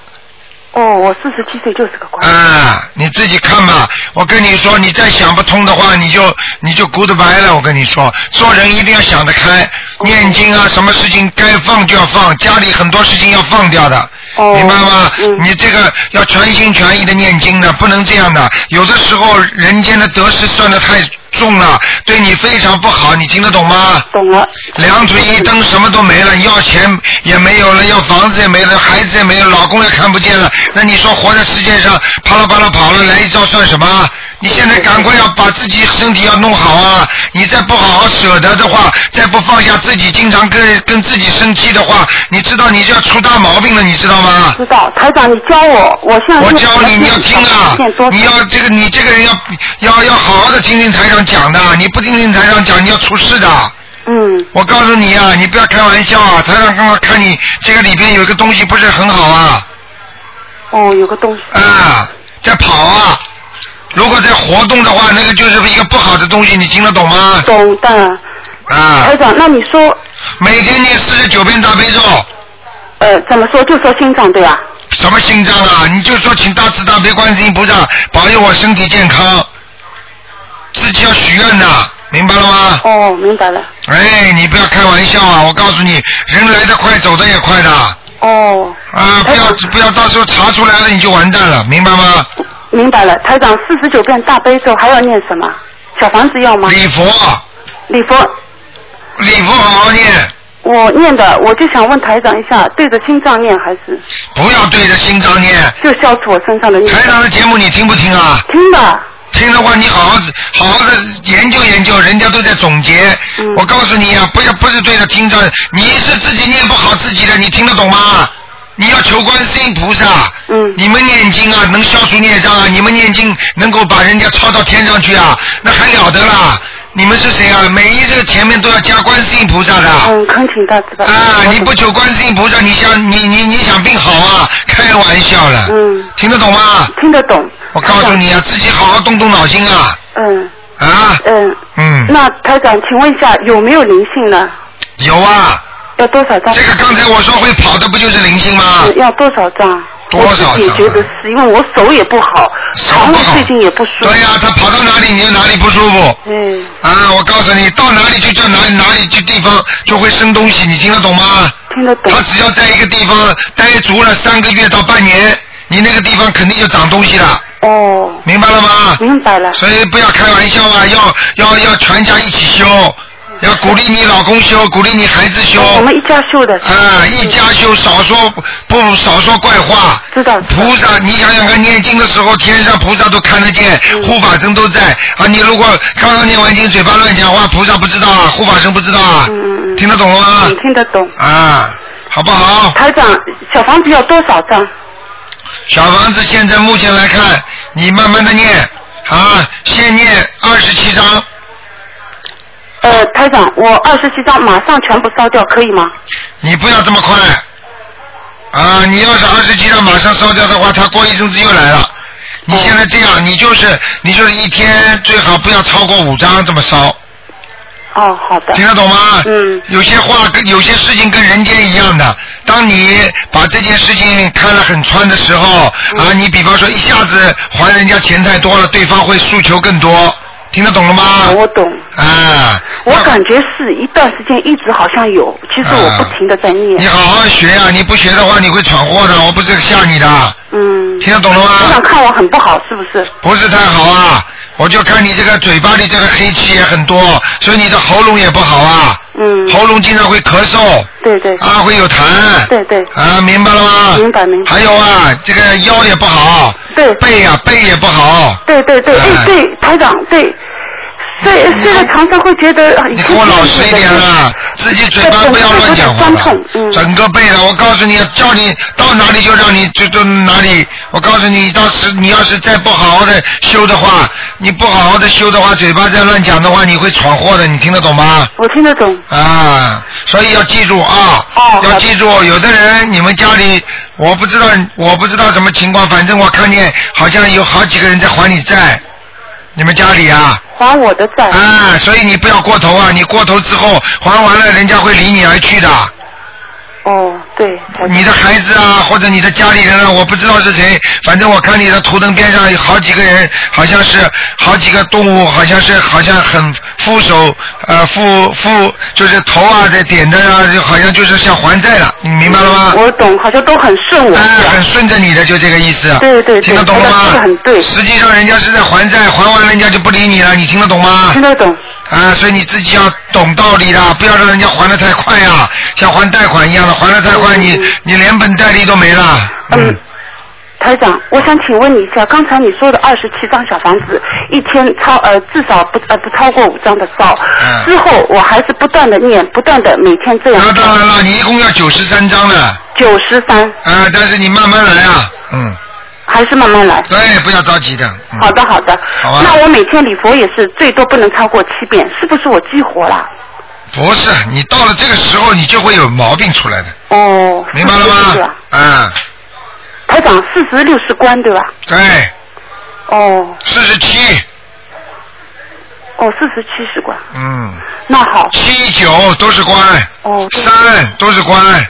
Speaker 5: 哦，我四十七岁就是个官，
Speaker 1: 啊，你自己看吧。我跟你说，你再想不通的话，你就你就 goodbye 了。我跟你说，做人一定要想得开，念经啊，什么事情该放就要放，家里很多事情要放掉的。
Speaker 5: 哦
Speaker 1: 明白吗？
Speaker 5: 嗯
Speaker 1: 你这个要全心全意的念经的，不能这样的。有的时候人间的得失算得太重了，对你非常不好。你听得懂吗？
Speaker 5: 懂了，
Speaker 1: 两腿一蹬，什么都没了，要钱也没有了，要房子也没了，孩子也没有，老公也看不见了。那你说活在世界上，啪啦啪啦跑了，来一招算什么？你现在赶快要把自己身体要弄好啊！你再不好好舍得的话，再不放下自己，经常跟跟自己生气的话，你知道你就要出大毛病了，你知道吗？
Speaker 5: 知道，台长，你教我，我现在
Speaker 1: 我
Speaker 5: 用
Speaker 1: 教你，你要听啊
Speaker 5: 念多！少
Speaker 1: 你要这个，你这个人要要要好好的听听台长讲的，你不听听台长讲，你要出事的。
Speaker 5: 嗯，
Speaker 1: 我告诉你啊，你不要开玩笑啊！台长刚刚看你这个里边有一个东西不是很好啊，
Speaker 5: 哦，有个东西，
Speaker 1: 啊，在跑啊。如果在活动的话，那个就是一个不好的东西，你听得懂吗？
Speaker 5: 懂的。
Speaker 1: 啊
Speaker 5: 台，长，那你说，
Speaker 1: 每天念四十九遍大悲咒，
Speaker 5: 呃，怎么说？就说心脏对吧？
Speaker 1: 什么心脏啊？你就说请大慈大悲观世音菩萨保佑我身体健康，自己要许愿的，明白了吗？
Speaker 5: 哦，明白了。
Speaker 1: 哎，你不要开玩笑啊！我告诉你，人来得快，走得也快的。
Speaker 5: 哦，
Speaker 1: 啊，不要不要，到时候查出来了你就完蛋了，明白吗？
Speaker 5: 明白了。台长，四十九遍大悲咒还要念什么？小房子要吗？
Speaker 1: 礼佛，
Speaker 5: 礼佛，
Speaker 1: 礼佛好好念，
Speaker 5: 我念的，我就想问台长一下，对着心脏念还是
Speaker 1: 不要对着心脏念。
Speaker 5: 就消除我身上的孽？
Speaker 1: 台长的节目你听不听啊？
Speaker 5: 听的，
Speaker 1: 听的话，你好好好好的研究研究，人家都在总结。
Speaker 5: 嗯
Speaker 1: 我告诉你啊，不要不是对着听着，你是自己念不好自己的，你听得懂吗？你要求观世音菩萨，
Speaker 5: 嗯
Speaker 1: 你们念经啊，能消除孽障啊，你们念经能够把人家抄到天上去啊，那还了得啦！你们是谁啊？每一个前面都要加观世音菩萨的。
Speaker 5: 嗯，恳请大慈悲。
Speaker 1: 啊
Speaker 5: 我，
Speaker 1: 你不求观世音菩萨，你想你你你想病好啊？开玩笑了，
Speaker 5: 嗯
Speaker 1: 听得懂吗？
Speaker 5: 听得懂。
Speaker 1: 我告诉你啊，自己好好动动脑筋啊
Speaker 5: 嗯
Speaker 1: 啊，
Speaker 5: 嗯，
Speaker 1: 嗯，
Speaker 5: 那台长，请问一下有没有灵性呢？
Speaker 1: 有啊，
Speaker 5: 要多少张？
Speaker 1: 这个啊刚才我说会跑的不就是灵性吗？
Speaker 5: 嗯要多少张？
Speaker 1: 多少张啊
Speaker 5: 我自己觉得是因为我手也不好，
Speaker 1: 手
Speaker 5: 肠
Speaker 1: 不
Speaker 5: 胃
Speaker 1: 好，
Speaker 5: 最近也不舒服。
Speaker 1: 对呀、他跑到哪里你就哪里不舒服
Speaker 5: 嗯，
Speaker 1: 啊！我告诉你，到哪里就叫哪哪里就地方就会生东西，你听得懂吗？
Speaker 5: 听得懂
Speaker 1: 他。只要在一个地方待足了三个月到半年，你那个地方肯定就长东西了，
Speaker 5: 哦，
Speaker 1: 明白了吗？
Speaker 5: 明白了。
Speaker 1: 所以不要开玩笑啊，要要要全家一起修，要鼓励你老公修，鼓励你孩子修，
Speaker 5: 我们一家修的。
Speaker 1: 啊，一家修，少说不少说怪话。
Speaker 5: 知道。知道
Speaker 1: 菩萨，你想想看，念经的时候，天上菩萨都看得见，
Speaker 5: 嗯
Speaker 1: 护法神都在啊。你如果刚刚念完经，嘴巴乱讲话，菩萨不知道啊，护法神不知道啊。
Speaker 5: 嗯嗯嗯
Speaker 1: 听得懂了吗
Speaker 5: 嗯，？听得懂。
Speaker 1: 啊，好不好？
Speaker 5: 台长，小房子要多少张？
Speaker 1: 小房子现在目前来看，你慢慢的念啊，先念二十七章，
Speaker 5: 呃，台长，我二十七张马上全部烧掉，可以吗？
Speaker 1: 你不要这么快啊！你要是二十七张马上烧掉的话，他过一阵子又来了。你现在这样，你就是你就是一天最好不要超过五张这么烧，
Speaker 5: 哦，好的。
Speaker 1: 听得懂吗？
Speaker 5: 嗯
Speaker 1: 有些话跟有些事情跟人间一样的，当你把这件事情看得很穿的时候，
Speaker 5: 嗯
Speaker 1: 啊，你比方说一下子还人家钱太多了，对方会诉求更多，听得懂了吗？
Speaker 5: 哦我懂。
Speaker 1: 啊，
Speaker 5: 我
Speaker 1: 那
Speaker 5: 感觉是一段时间一直好像有，其实我不停的在念
Speaker 1: 啊你。好好学啊，你不学的话你会闯祸的，我不是吓你的，
Speaker 5: 嗯。
Speaker 1: 听得懂了吗？
Speaker 5: 台长看我很不好，是不是？
Speaker 1: 不是太好啊，我就看你这个嘴巴里这个黑气也很多，所以你的喉咙也不好啊，
Speaker 5: 嗯。
Speaker 1: 喉咙经常会咳嗽，
Speaker 5: 对对
Speaker 1: 啊会有痰，
Speaker 5: 对对
Speaker 1: 啊明白了吗？
Speaker 5: 明白明白
Speaker 1: 还有啊，这个腰也不好，
Speaker 5: 对
Speaker 1: 背啊背也不好，
Speaker 5: 对对对，
Speaker 1: 哎
Speaker 5: 哎对，台长对。睡睡在床上会觉得很
Speaker 1: 你给我老实一点啊啦，自己嘴巴不要乱讲话
Speaker 5: 酸
Speaker 1: 了
Speaker 5: 痛，。嗯。
Speaker 1: 整个背了，我告诉你，叫你到哪里就让你就就哪里。我告诉你，到时你要是再不好好的修的话，你不好好的修的话，嘴巴再乱讲的话，你会闯祸的，你听得懂吗？
Speaker 5: 我听得懂。
Speaker 1: 啊，所以要记住啊，
Speaker 5: 哦
Speaker 1: 要记住，有的人你们家里，我不知道，我不知道什么情况，反正我看见好像有好几个人在还你债，你们家里啊，
Speaker 5: 还我的债。
Speaker 1: 啊，所以你不要过头啊！你过头之后还完了，人家会离你而去的。
Speaker 5: 哦，对。我
Speaker 1: 你的孩子啊，或者你的家里人啊，我不知道是谁，反正我看你的图腾边上有好几个人，好像是好几个动物，好像是好像很负手，呃，负负就是头啊在点的啊，就好像就是像还债了，你明白了吗？
Speaker 5: 嗯我懂，好像都很顺我。
Speaker 1: 哎，很顺着你的，就这个意思。
Speaker 5: 对对对
Speaker 1: 听得懂了
Speaker 5: 台
Speaker 1: 吗
Speaker 5: 长说得？很对
Speaker 1: 实际上人家是在还债，还完人家就不理你了，你听得懂吗？
Speaker 5: 听得懂。
Speaker 1: 啊，所以你自己要懂道理的，不要让人家还的太快呀、像还贷款一样的，还了太快，你你连本带利都没了。
Speaker 5: 嗯，台长，我想请问你一下，刚才你说的二十七张小房子，一天超呃至少不呃不超过五张的烧，
Speaker 1: 嗯
Speaker 5: 之后我还是不断的念，不断的每天这样
Speaker 1: 那，当然了，你一共要九十三张的，
Speaker 5: 九十三，
Speaker 1: 啊，但是你慢慢来啊，嗯，
Speaker 5: 还是慢慢来。
Speaker 1: 对，不要着急的。嗯、
Speaker 5: 好的，好的。
Speaker 1: 好吧
Speaker 5: 那我每天礼佛也是最多不能超过七遍，是不是我激活了？
Speaker 1: 不是，你到了这个时候，你就会有毛病出来的，
Speaker 5: 哦，
Speaker 1: 明白了
Speaker 5: 是
Speaker 1: 吗
Speaker 5: 吧？？
Speaker 1: 啊，
Speaker 5: 台长，四十六十关对吧？
Speaker 1: 对，
Speaker 5: 哦，
Speaker 1: 四十七，
Speaker 5: 哦，四十七十关，
Speaker 1: 嗯，
Speaker 5: 那好，
Speaker 1: 七九都是官，
Speaker 5: 哦，对
Speaker 1: 三都是官，明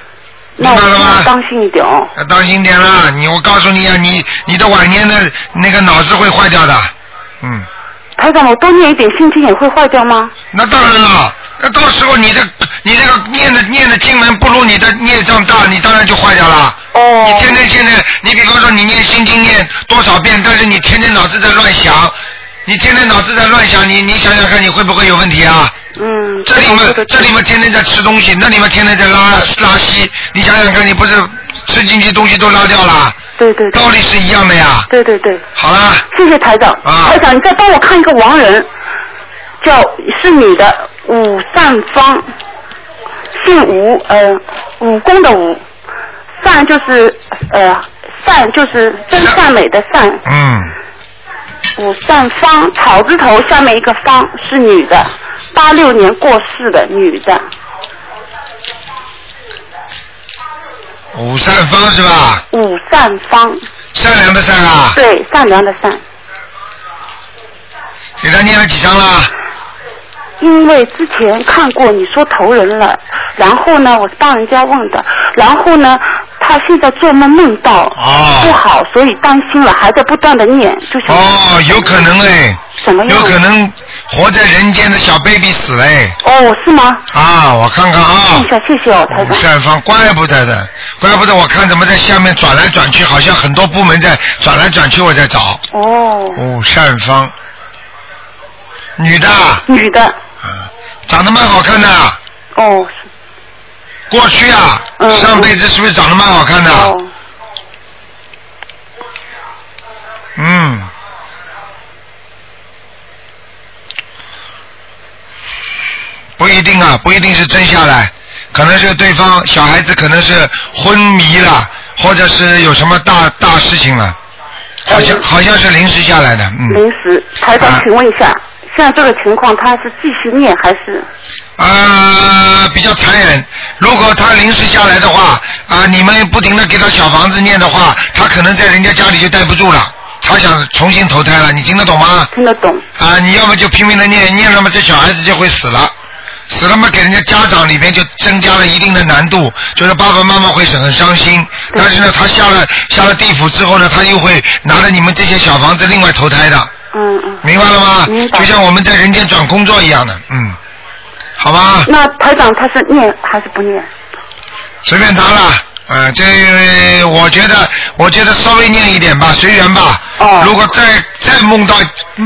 Speaker 5: 那
Speaker 1: 白
Speaker 5: 我
Speaker 1: 了吗
Speaker 5: 要？当心一点哦。
Speaker 1: 要当心点啦！你我告诉你啊，你你的晚年的那个脑子会坏掉的。嗯，
Speaker 5: 台长，我多念一点心经也会坏掉吗？
Speaker 1: 那当然了，那到时候你这你这个念的念的经文不如你的孽障大，你当然就坏掉了。
Speaker 5: 哦
Speaker 1: 你天天现在，你比方说你念心经念多少遍，但是你天天脑子在乱想，你天天脑子在乱想，你你想想看你会不会有问题啊？
Speaker 5: 嗯，
Speaker 1: 这里
Speaker 5: 我觉
Speaker 1: 面
Speaker 5: 得
Speaker 1: 这里面天天在吃东西，那里面天天在拉拉稀，你想想看，你不是吃进去东西都拉掉了，
Speaker 5: 对对对
Speaker 1: 道理是一样的呀。
Speaker 5: 对对对，
Speaker 1: 好啦。
Speaker 5: 谢谢台长。
Speaker 1: 啊
Speaker 5: 台长，你再帮我看一个亡人，叫是女的武善芳，姓吴，呃，武功的武，善就是呃善就是真善美的善，
Speaker 1: 嗯，
Speaker 5: 五扇方，草字头下面一个方，是女的，八六年过世的女的，
Speaker 1: 五扇风是吧？
Speaker 5: 五扇方，
Speaker 1: 善良的善啊，
Speaker 5: 对，善良的善。
Speaker 1: 给他念了几张了？
Speaker 5: 因为之前看过你说投人了，然后呢，我是帮人家问的，然后呢，他现在做梦梦到
Speaker 1: 哦
Speaker 5: 不好，所以担心了，还在不断的念，就想
Speaker 1: 哦，有可能哎，
Speaker 5: 什么样？
Speaker 1: 有可能活在人间的小 baby 死了哎。
Speaker 5: 哦，是吗？
Speaker 1: 啊，我看看啊
Speaker 5: 谢，谢谢谢哦，台
Speaker 1: 五
Speaker 5: 长。
Speaker 1: 扇风，怪不得的，怪不得我看怎么在下面转来转去，好像很多部门在转来转去，我在找
Speaker 5: 哦，
Speaker 1: 五扇风，女的，
Speaker 5: 女的，
Speaker 1: 啊，长得蛮好看的，
Speaker 5: 哦，是
Speaker 1: 过去啊，
Speaker 5: 嗯
Speaker 1: 上辈子是不是长得蛮好看的？
Speaker 5: 哦，
Speaker 1: 嗯。不一定啊，不一定是真下来，可能是对方小孩子可能是昏迷了，或者是有什么大大事情了，好像好像是临时下来的，嗯，
Speaker 5: 嗯临时。台长
Speaker 1: 啊，
Speaker 5: 请问一下，像这个情况，他是继续念还是？
Speaker 1: 呃，比较残忍。如果他临时下来的话，啊、你们不停的给他小房子念的话，他可能在人家家里就待不住了，他想重新投胎了，你听得懂吗？
Speaker 5: 听得懂？
Speaker 1: 啊，你要么就拼命的念，念了嘛，这小孩子就会死了，死了嘛，给人家家长里边就增加了一定的难度，就是爸爸妈妈会是很伤心，但是呢，他下了下了地府之后呢，他又会拿着你们这些小房子另外投胎的，
Speaker 5: 嗯嗯。
Speaker 1: 明白了吗？
Speaker 5: 明白
Speaker 1: 就像我们在人间转工作一样的，嗯，好吧，
Speaker 5: 那台长他是念还是不念？
Speaker 1: 随便他了。啊，这呃我觉得，我觉得稍微念一点吧，随缘吧。
Speaker 5: 哦
Speaker 1: 如果再再梦到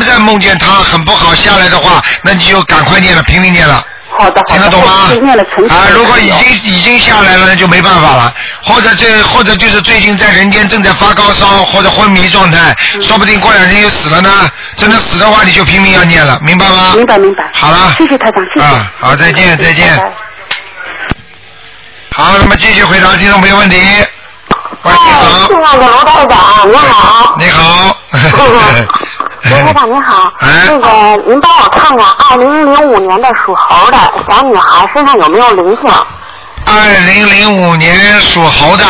Speaker 1: 再梦见他很不好下来的话，那你就赶快念了，拼命念了。
Speaker 5: 好的好的。
Speaker 1: 听得懂吗
Speaker 5: 我哦是念了成？
Speaker 1: 啊，如果已经已经下来了，那就没办法了。或者这或者就是最近在人间正在发高烧或者昏迷状态，
Speaker 5: 嗯
Speaker 1: 说不定过两天又死了呢。真的死的话，你就拼命要念了，明白吗？
Speaker 5: 明白明白。
Speaker 1: 好了
Speaker 5: 谢谢台长，谢谢。
Speaker 1: 啊好再见再见
Speaker 5: 拜拜
Speaker 1: 好，那么继续回答听众朋友问题。
Speaker 3: 哦
Speaker 1: 喂，你好，
Speaker 5: 哦
Speaker 3: 那个罗台长，
Speaker 1: *laughs*
Speaker 3: 你好。
Speaker 1: 你好。
Speaker 5: 哦
Speaker 3: 罗台长您好，
Speaker 1: 哎
Speaker 3: 那个您帮我看看，二零零五年的属猴的小女孩身上有没有灵性？
Speaker 1: *laughs* 二零零五年属猴的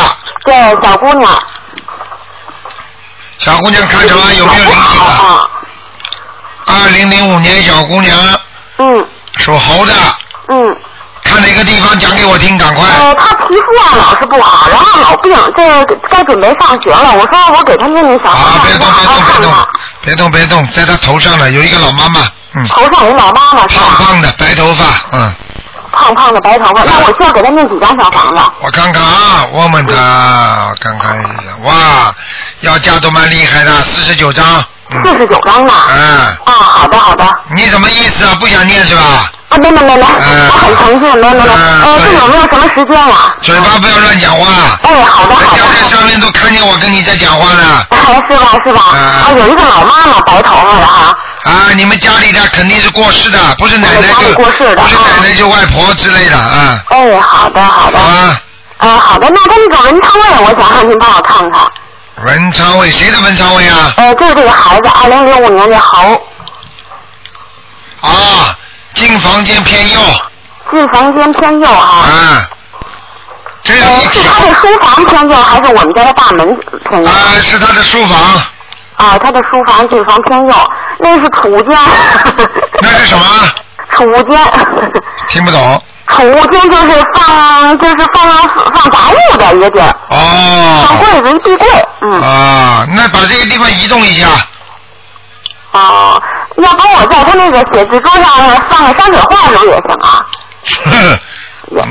Speaker 3: 这小姑娘
Speaker 1: 小姑娘看什么？有没有灵性啊？
Speaker 3: 啊？
Speaker 1: 二零零五年小姑娘
Speaker 3: 嗯
Speaker 1: 属猴的，
Speaker 3: 嗯，
Speaker 1: 看哪个地方讲给我听，赶快。
Speaker 4: 哦
Speaker 3: 呃，她皮肤啊老是不好，然后老病，这该准备上学了。我说我给她念念小
Speaker 1: 啊，
Speaker 3: 房
Speaker 1: 别
Speaker 3: 子，
Speaker 1: 动，
Speaker 3: 好
Speaker 1: 别
Speaker 3: 好
Speaker 1: 动，别
Speaker 3: 看
Speaker 1: 动
Speaker 3: 看。，
Speaker 1: 别动，别动，在她头上呢，有一个老妈妈，嗯，
Speaker 3: 头上有老妈妈是
Speaker 1: 胖
Speaker 3: 吧？
Speaker 1: 胖的，白头发，嗯，
Speaker 3: 胖胖的白头发，那我需要给她念几张小房子？
Speaker 1: 我看看啊，我问她，我看看一下，哇，要价都蛮厉害的，四十九张，
Speaker 3: 四
Speaker 1: 嗯，
Speaker 3: 十九张呢。
Speaker 1: 啊，
Speaker 3: 啊，好的好的，
Speaker 1: 你什么意思啊？不想念是吧？
Speaker 3: 啊没没没没，
Speaker 1: 嗯
Speaker 3: 我很诚信，没没没，
Speaker 1: 嗯
Speaker 3: 呃，这
Speaker 1: 对
Speaker 3: 有没有什么时间啊呀？
Speaker 1: 嘴巴不要乱讲话，
Speaker 3: 哎，好的好
Speaker 1: 人
Speaker 3: 的
Speaker 1: 家在
Speaker 3: 好的，
Speaker 1: 上面都看见我跟你在讲话呢，
Speaker 3: 哎是吧是吧？
Speaker 1: 嗯
Speaker 3: 啊，有一个老妈妈白头发的哈，
Speaker 1: 啊，你们家里的肯定是过世的，不是奶奶
Speaker 3: 我们家
Speaker 1: 就
Speaker 3: 里过世的
Speaker 1: 不是
Speaker 3: 啊
Speaker 1: 奶奶就外婆之类的啊，
Speaker 3: 哎，好的好
Speaker 1: 好
Speaker 3: 的，
Speaker 1: 吧，
Speaker 3: 哎好的，那他那个文昌位，我想让您帮我看看，
Speaker 1: 文昌位谁的文昌位啊？
Speaker 3: 呃，就是这个孩子，二零零五年的猴，
Speaker 1: 啊，进房间偏右
Speaker 3: 是房间偏右哈，
Speaker 1: 啊，哎这是
Speaker 3: 呃，
Speaker 1: 一
Speaker 3: 是
Speaker 1: 条
Speaker 3: 他的书房偏右还是我们家的大门偏
Speaker 5: 哦
Speaker 3: 右？
Speaker 1: 啊，是他的书房，
Speaker 3: 啊，他的书房进房偏右，那是储物间，
Speaker 1: 那是什么？
Speaker 3: *laughs* 储物间。
Speaker 1: 听不懂
Speaker 3: 储物间就是放就是放放杂物的一个地儿，放
Speaker 1: 哦
Speaker 3: 柜子、壁柜，嗯，
Speaker 1: 啊，那把这个地方移动一下
Speaker 3: 哦，要不我在他那个写字桌上放个山水画是不是也行啊？
Speaker 1: 呵呵。 *laughs*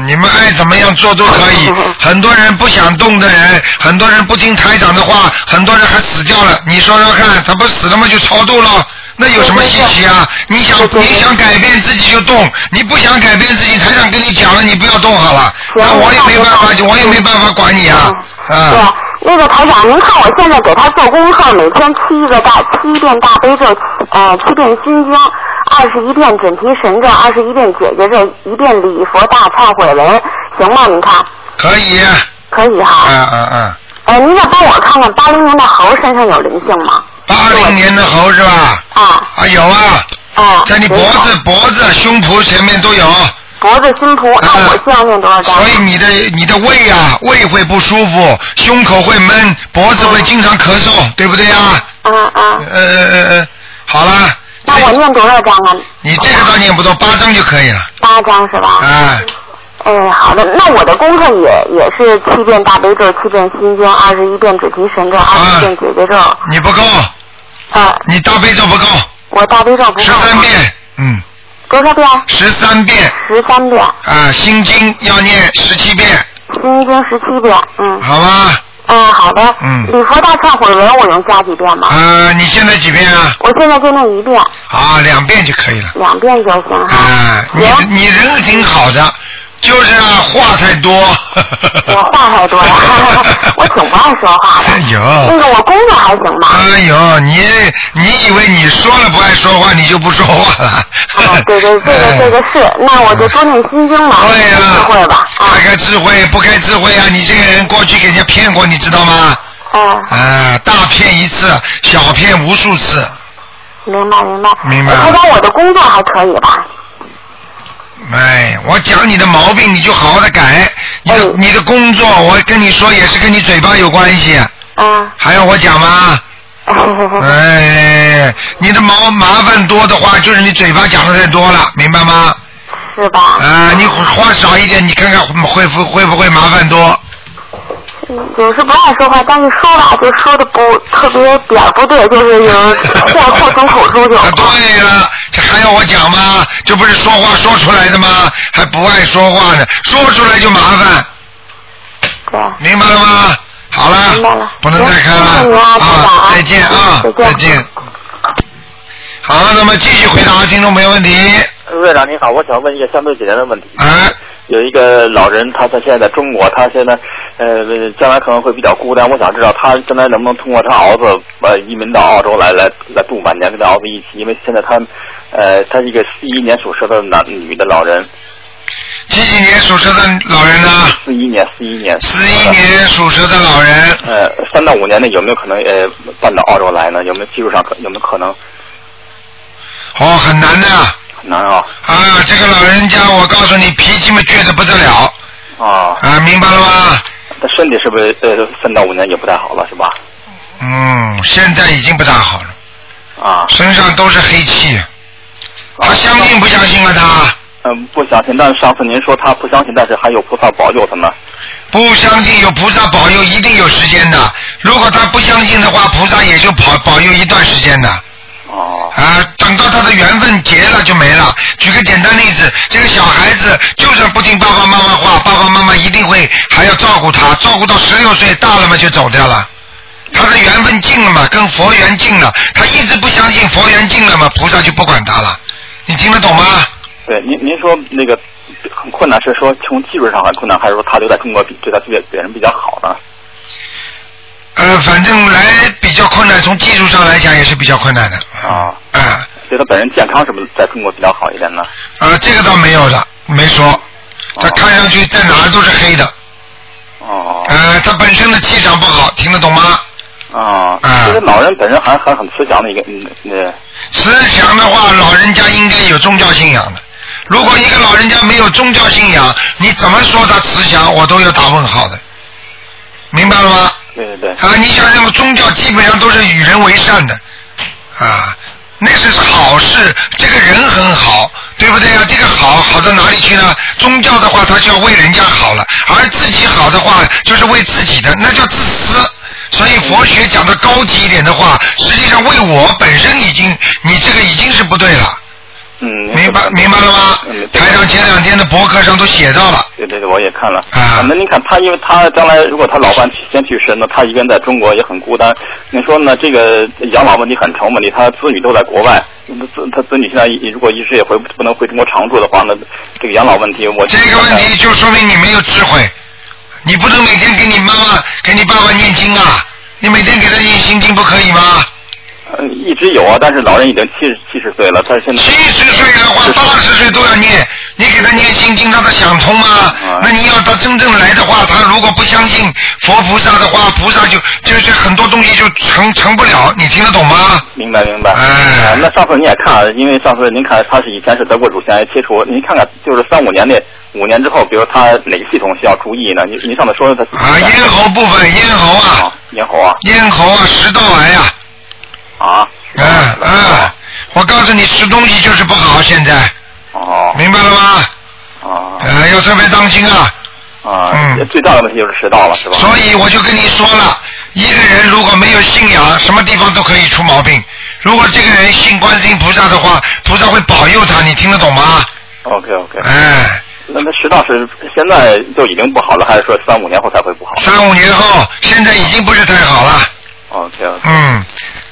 Speaker 1: 你们爱怎么样做都可
Speaker 3: *laughs*
Speaker 1: 以，很多人不想动的人，很多人不听台长的话，很多人还死掉了。你说说看，他不死了吗？就超度了，那有什么稀奇啊？你想
Speaker 3: 对对对
Speaker 1: 你想改变自己就动，你不想改变自己，台长跟你讲了，你不要动好了。
Speaker 3: 行
Speaker 1: 那我也没办
Speaker 3: 那嗯
Speaker 1: 法，
Speaker 3: 就
Speaker 1: 我也没办法管你啊。
Speaker 3: 对
Speaker 1: 啊，，
Speaker 3: 那个台长，您看我现在给他做功课，每天七个大七遍大悲咒，呃，七遍心经，二十一遍准提神咒，二十一遍解结咒，一遍礼佛大忏悔文，行吗？您看
Speaker 1: 可以，
Speaker 3: 可以哈？
Speaker 1: 啊啊啊！
Speaker 3: 呃，您再帮我看看八零年的猴身上有灵性吗？
Speaker 1: 八零年的猴是吧？
Speaker 6: 啊
Speaker 1: 啊，有啊，
Speaker 6: 啊，
Speaker 1: 在你脖子、脖子、胸脯前面都有，
Speaker 6: 脖子、胸脯，那
Speaker 1: 嗯
Speaker 6: 我需要念多少张？
Speaker 1: 所以你的你的胃啊，胃会不舒服，胸口会闷，脖子会经常咳嗽，对不对啊？
Speaker 6: 啊啊，
Speaker 1: 呃呃呃，好啦，
Speaker 6: 那我
Speaker 1: 这
Speaker 6: 念多少张啊？
Speaker 1: 你这个倒念不多，八张就可以了。
Speaker 6: 八张是吧？
Speaker 1: 啊，
Speaker 6: 嗯，好的。那我的功课也也是七遍大悲咒，七遍心经，二十一遍准提神咒，二十一遍解结咒。
Speaker 1: 你不够，
Speaker 6: 呃，
Speaker 1: 你大悲咒不够，
Speaker 6: 我大悲咒不够。
Speaker 1: 十三。遍，嗯，
Speaker 6: 多少遍？啊
Speaker 1: 十三遍
Speaker 6: 十三遍。
Speaker 1: 啊，心经要念十七遍，
Speaker 6: 心经十七遍。嗯。
Speaker 1: 好吧？
Speaker 6: 嗯，好的。
Speaker 1: 啊嗯
Speaker 6: 礼佛大忏悔文我能加几遍吗？
Speaker 1: 呃，你现在几遍啊？
Speaker 6: 我现在就念一遍，
Speaker 1: 啊，两遍就可以了。
Speaker 6: 两遍就行哈。
Speaker 1: 啊，你
Speaker 6: 行
Speaker 1: 你人挺好的，就是啊话太多。
Speaker 6: 我话太
Speaker 1: *laughs*
Speaker 6: 多了，我挺不爱说话的。
Speaker 1: 有。
Speaker 6: 那个我工作还行吧？
Speaker 1: 哎呦，你你以为你说了不爱说话，你就不说话了？
Speaker 6: 啊，对对，这个这个是，那我就多念心经吧，
Speaker 1: 哎对呀、
Speaker 6: 智慧吧，啊
Speaker 1: 该智慧不该智慧啊！你这个人过去给人家骗过，你知道吗？
Speaker 6: 啊，
Speaker 1: 啊，大骗一次，小骗无数次。
Speaker 6: 明白明白。
Speaker 1: 明白
Speaker 6: 台长，我的工作还可以吧？
Speaker 1: 哎，我讲你的毛病，你就好好的改。你的、
Speaker 6: 嗯
Speaker 1: 你的工作，我跟你说也是跟你嘴巴有关系，
Speaker 6: 啊，
Speaker 1: 还要我讲吗？
Speaker 6: 哦
Speaker 1: 哎，你的毛麻烦多的话，就是你嘴巴讲的太多了，明白吗？
Speaker 6: 是吧？
Speaker 1: 啊，你话少一点，你看看会不会不会麻烦多？
Speaker 6: 有时不爱说话，但是说吧就说的不特别点儿不对，就是
Speaker 1: *laughs*
Speaker 6: 有现祸从口出就。
Speaker 1: 啊，对了，这还要我讲吗？这不是说话说出来的吗？还不爱说话呢，说出来就麻烦，
Speaker 6: 对，
Speaker 1: 明白了吗？好了，
Speaker 6: 明白了
Speaker 1: 不能再看
Speaker 6: 行谢谢
Speaker 1: 了
Speaker 6: 你啊台长啊
Speaker 1: 再见啊，
Speaker 6: 再见
Speaker 1: 再见。好，那么继续回答听众朋友问题。
Speaker 7: 陆院呃长您好，我想问一个相对简单的问题。
Speaker 1: 哎，
Speaker 7: 有一个老人，他他现在在中国，他现在呃将来可能会比较孤单。我想知道他将来能不能通过他儿子呃移民到澳洲来来来度晚年，跟他儿子一起，因为现在他呃他是一个四一年属蛇的男女的老人，
Speaker 1: 几几年属蛇的老人呢？
Speaker 7: 四一年四一年
Speaker 1: 十一年属蛇的老人，
Speaker 7: 呃三到五年内有没有可能呃搬到澳洲来呢？有没有技术上可有没有可能？
Speaker 1: 哦，很难的啊！
Speaker 7: 很难啊
Speaker 1: 这个老人家，我告诉你，脾气嘛倔得不得了
Speaker 7: 啊！
Speaker 1: 啊，明白了吗？
Speaker 7: 他身体是不是呃三到五年也不太好了是吧？
Speaker 1: 嗯，现在已经不大好了，
Speaker 7: 啊，
Speaker 1: 身上都是黑气。他相信不相信啊？他
Speaker 7: 嗯，不相信。但是上次您说他不相信，但是还有菩萨保佑他呢。
Speaker 1: 不相信有菩萨保佑，一定有时间的。如果他不相信的话，菩萨也就保保佑一段时间的。
Speaker 7: 哦，
Speaker 1: 啊，等到他的缘分结了就没了。举个简单例子，这个小孩子就算不听爸爸妈妈话，爸爸妈妈一定会还要照顾他，照顾到十六岁大了嘛就走掉了。他的缘分尽了嘛，跟佛缘尽了，他一直不相信佛缘尽了嘛，菩萨就不管他了。你听得懂吗？
Speaker 7: 对，您您说那个很困难，是说从技术上很困难，还是说他留在中国比对他别别人比较好呢？
Speaker 1: 呃，反正来比较困难，从技术上来讲也是比较困难的。
Speaker 7: 啊，
Speaker 1: 啊、
Speaker 7: 对他本人健康是不是在中国比较好一点呢？
Speaker 1: 呃，这个倒没有的，没说。他
Speaker 7: 哦
Speaker 1: 看上去在哪儿都是黑的，
Speaker 7: 哦
Speaker 1: 呃，他本身的气场不好，听得懂吗？
Speaker 7: 啊，
Speaker 1: 啊
Speaker 7: 这个老人本人还还很慈祥的一个，嗯，那
Speaker 1: 慈祥的话，老人家应该有宗教信仰的。如果一个老人家没有宗教信仰，你怎么说他慈祥，我都有打问号的，明白了吗？
Speaker 7: 对对对，
Speaker 1: 啊，你想想，宗教基本上都是与人为善的，啊，那是好事，这个人很好，对不对啊？这个好好到哪里去呢？宗教的话，他就要为人家好了，而自己好的话，就是为自己的，那叫自私。所以佛学讲的高级一点的话，实际上为我本身已经，你这个已经是不对了，
Speaker 7: 嗯，
Speaker 1: 明白明白了吗
Speaker 7: 嗯？对
Speaker 1: 台上前两天的博客上都写到了，
Speaker 7: 对对对，我也看了。
Speaker 1: 啊
Speaker 7: 那您看他，因为他将来如果他老伴先去世，那他一个人在中国也很孤单。您说呢？这个养老问题很成问题，他子女都在国外，子他子女现在一如果一时也回不能回中国常住的话，那这个养老问题我
Speaker 1: 这个问题就说明你没有智慧，你不能每天给你妈妈、给你爸爸念经啊，你每天给他念心经不可以吗？
Speaker 7: 呃一直有啊，但是老人已经七十七十岁了，他现在
Speaker 1: 七十岁的话，八十岁都要念，你给他念心经，让他想通吗
Speaker 7: 嗯？
Speaker 1: 那你要他真正来的话，他如果不相信佛菩萨的话，菩萨就就是很多东西就成成不了，你听得懂吗？
Speaker 7: 明白明白。
Speaker 1: 哎
Speaker 7: 啊那上次你也看，因为上次您看他是以前是得过乳腺癌切除，您看看就是三五年内，五年之后，比如他哪个系统需要注意呢？您您上次说的他
Speaker 1: 啊，咽喉部分，咽喉啊，
Speaker 7: 咽喉啊
Speaker 1: 咽喉啊，食道癌啊，
Speaker 7: 啊
Speaker 1: 嗯嗯，我告诉你，吃东西就是不好，现在
Speaker 7: 哦
Speaker 1: 明白了吗？
Speaker 7: 啊
Speaker 1: 呃，要特别当心啊。
Speaker 7: 啊
Speaker 1: 嗯，
Speaker 7: 最大的问题就是食道了，是吧？
Speaker 1: 所以我就跟你说了，一个人如果没有信仰，什么地方都可以出毛病。如果这个人信观世音菩萨的话，菩萨会保佑他，你听得懂吗？
Speaker 7: OK OK，
Speaker 1: 哎，
Speaker 7: 那那食道是现在就已经不好了，还是说三五年后才会不好
Speaker 1: 三五年后，现在已经不是太好了，
Speaker 7: ？OK OK，
Speaker 1: 嗯，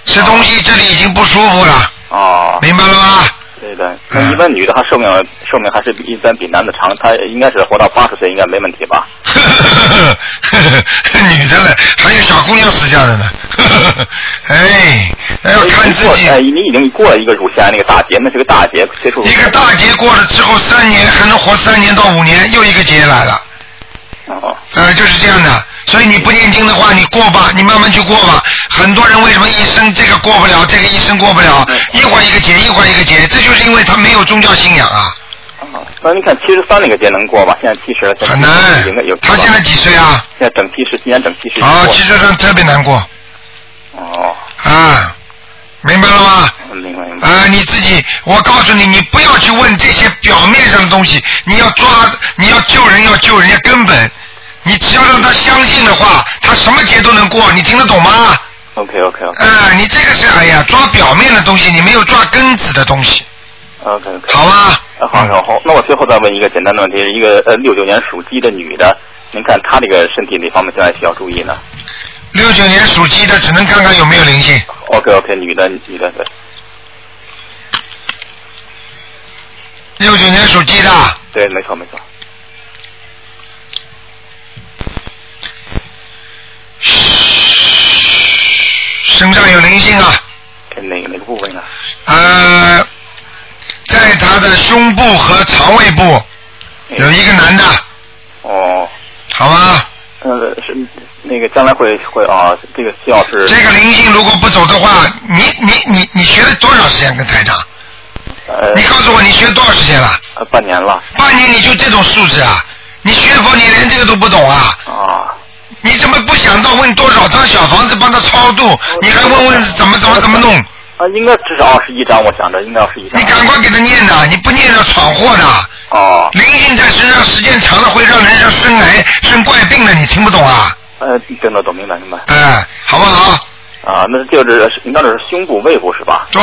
Speaker 1: 吃东西这里已经不舒服了，
Speaker 7: 哦，
Speaker 1: 明白了吗？ *laughs*
Speaker 7: 对对，
Speaker 1: 嗯
Speaker 7: 那一般女的她寿命寿命还是比一般比男的长，她应该是活到八十岁应该没问题吧？
Speaker 1: 呵呵呵呵女的嘞，还有小姑娘死掉的呢， *laughs* 呵呵呵哎，那要看自己。
Speaker 7: 哎，你已经过了一个乳腺癌那个大劫，那是个大劫，接
Speaker 1: *laughs*
Speaker 7: 触
Speaker 1: 一个大劫过了之后，三年还能活三年到五年，又一个劫来了。
Speaker 7: 哦
Speaker 1: 呃，就是这样的。所以你不念经的话，你过吧，你慢慢去过吧。很多人为什么一生这个过不了，这个一生过不了，一会儿一个劫，一会儿一个劫，这就是因为他没有宗教信仰啊，
Speaker 7: 哦，那你看七十三那个节能过吧？现在七十了，现在
Speaker 1: 很
Speaker 7: 应该有
Speaker 1: 难。他现在几岁啊？
Speaker 7: 现在整七十，今年整七十
Speaker 1: 啊，其实上特别难过
Speaker 7: 哦，
Speaker 1: 啊，明白了吗？
Speaker 7: 明白明白。
Speaker 1: 啊，你自己，我告诉你，你不要去问这些表面上的东西，你要抓，你要救人，要救人家根本。你只要让他相信的话，他什么节都能过，你听得懂吗？
Speaker 7: OK OK OK
Speaker 1: 啊，你这个是哎呀，抓表面的东西，你没有抓根子的东西，
Speaker 7: OK OK。
Speaker 1: 好吧？
Speaker 7: 啊，好，好，好。那我最后再问一个简单的问题，一个呃六九年属鸡的女的，您看她这个身体哪方面现在需要注意呢
Speaker 1: 六九年属鸡的，只能看看有没有灵性。
Speaker 7: ？OK OK，女的女的对
Speaker 1: 六九年属鸡的，
Speaker 7: 对，没错没错。
Speaker 1: 身上有灵性啊，
Speaker 7: 哪个哪个部位呢？
Speaker 1: 呃，在他的胸部和肠胃部有一个男的，
Speaker 7: 哦，
Speaker 1: 好吗？
Speaker 7: 呃是那个将来会会啊，这个需要是
Speaker 1: 这个灵性如果不走的话，你你你你学了多少时间跟台长？
Speaker 7: 呃
Speaker 1: 你告诉我你学多少时间了？
Speaker 7: 呃半年了
Speaker 1: 半年你就这种素质啊？你学佛你连这个都不懂啊？
Speaker 7: 啊。
Speaker 1: 你怎么不想到问多少张小房子帮他超度？你还问问怎么怎么怎么弄？
Speaker 7: 啊，应该至少二十一张，我想着应该二十一张。
Speaker 1: 你赶快给他念呐！你不念要闯祸的。
Speaker 7: 哦，
Speaker 1: 灵性在身上时间长了会让人家生癌生怪病的，你听不懂啊？
Speaker 7: 呃，懂了懂，明白明白。
Speaker 1: 哎、好不好？
Speaker 7: 啊，那就是您刚才是胸部、胃部是吧？
Speaker 1: 对。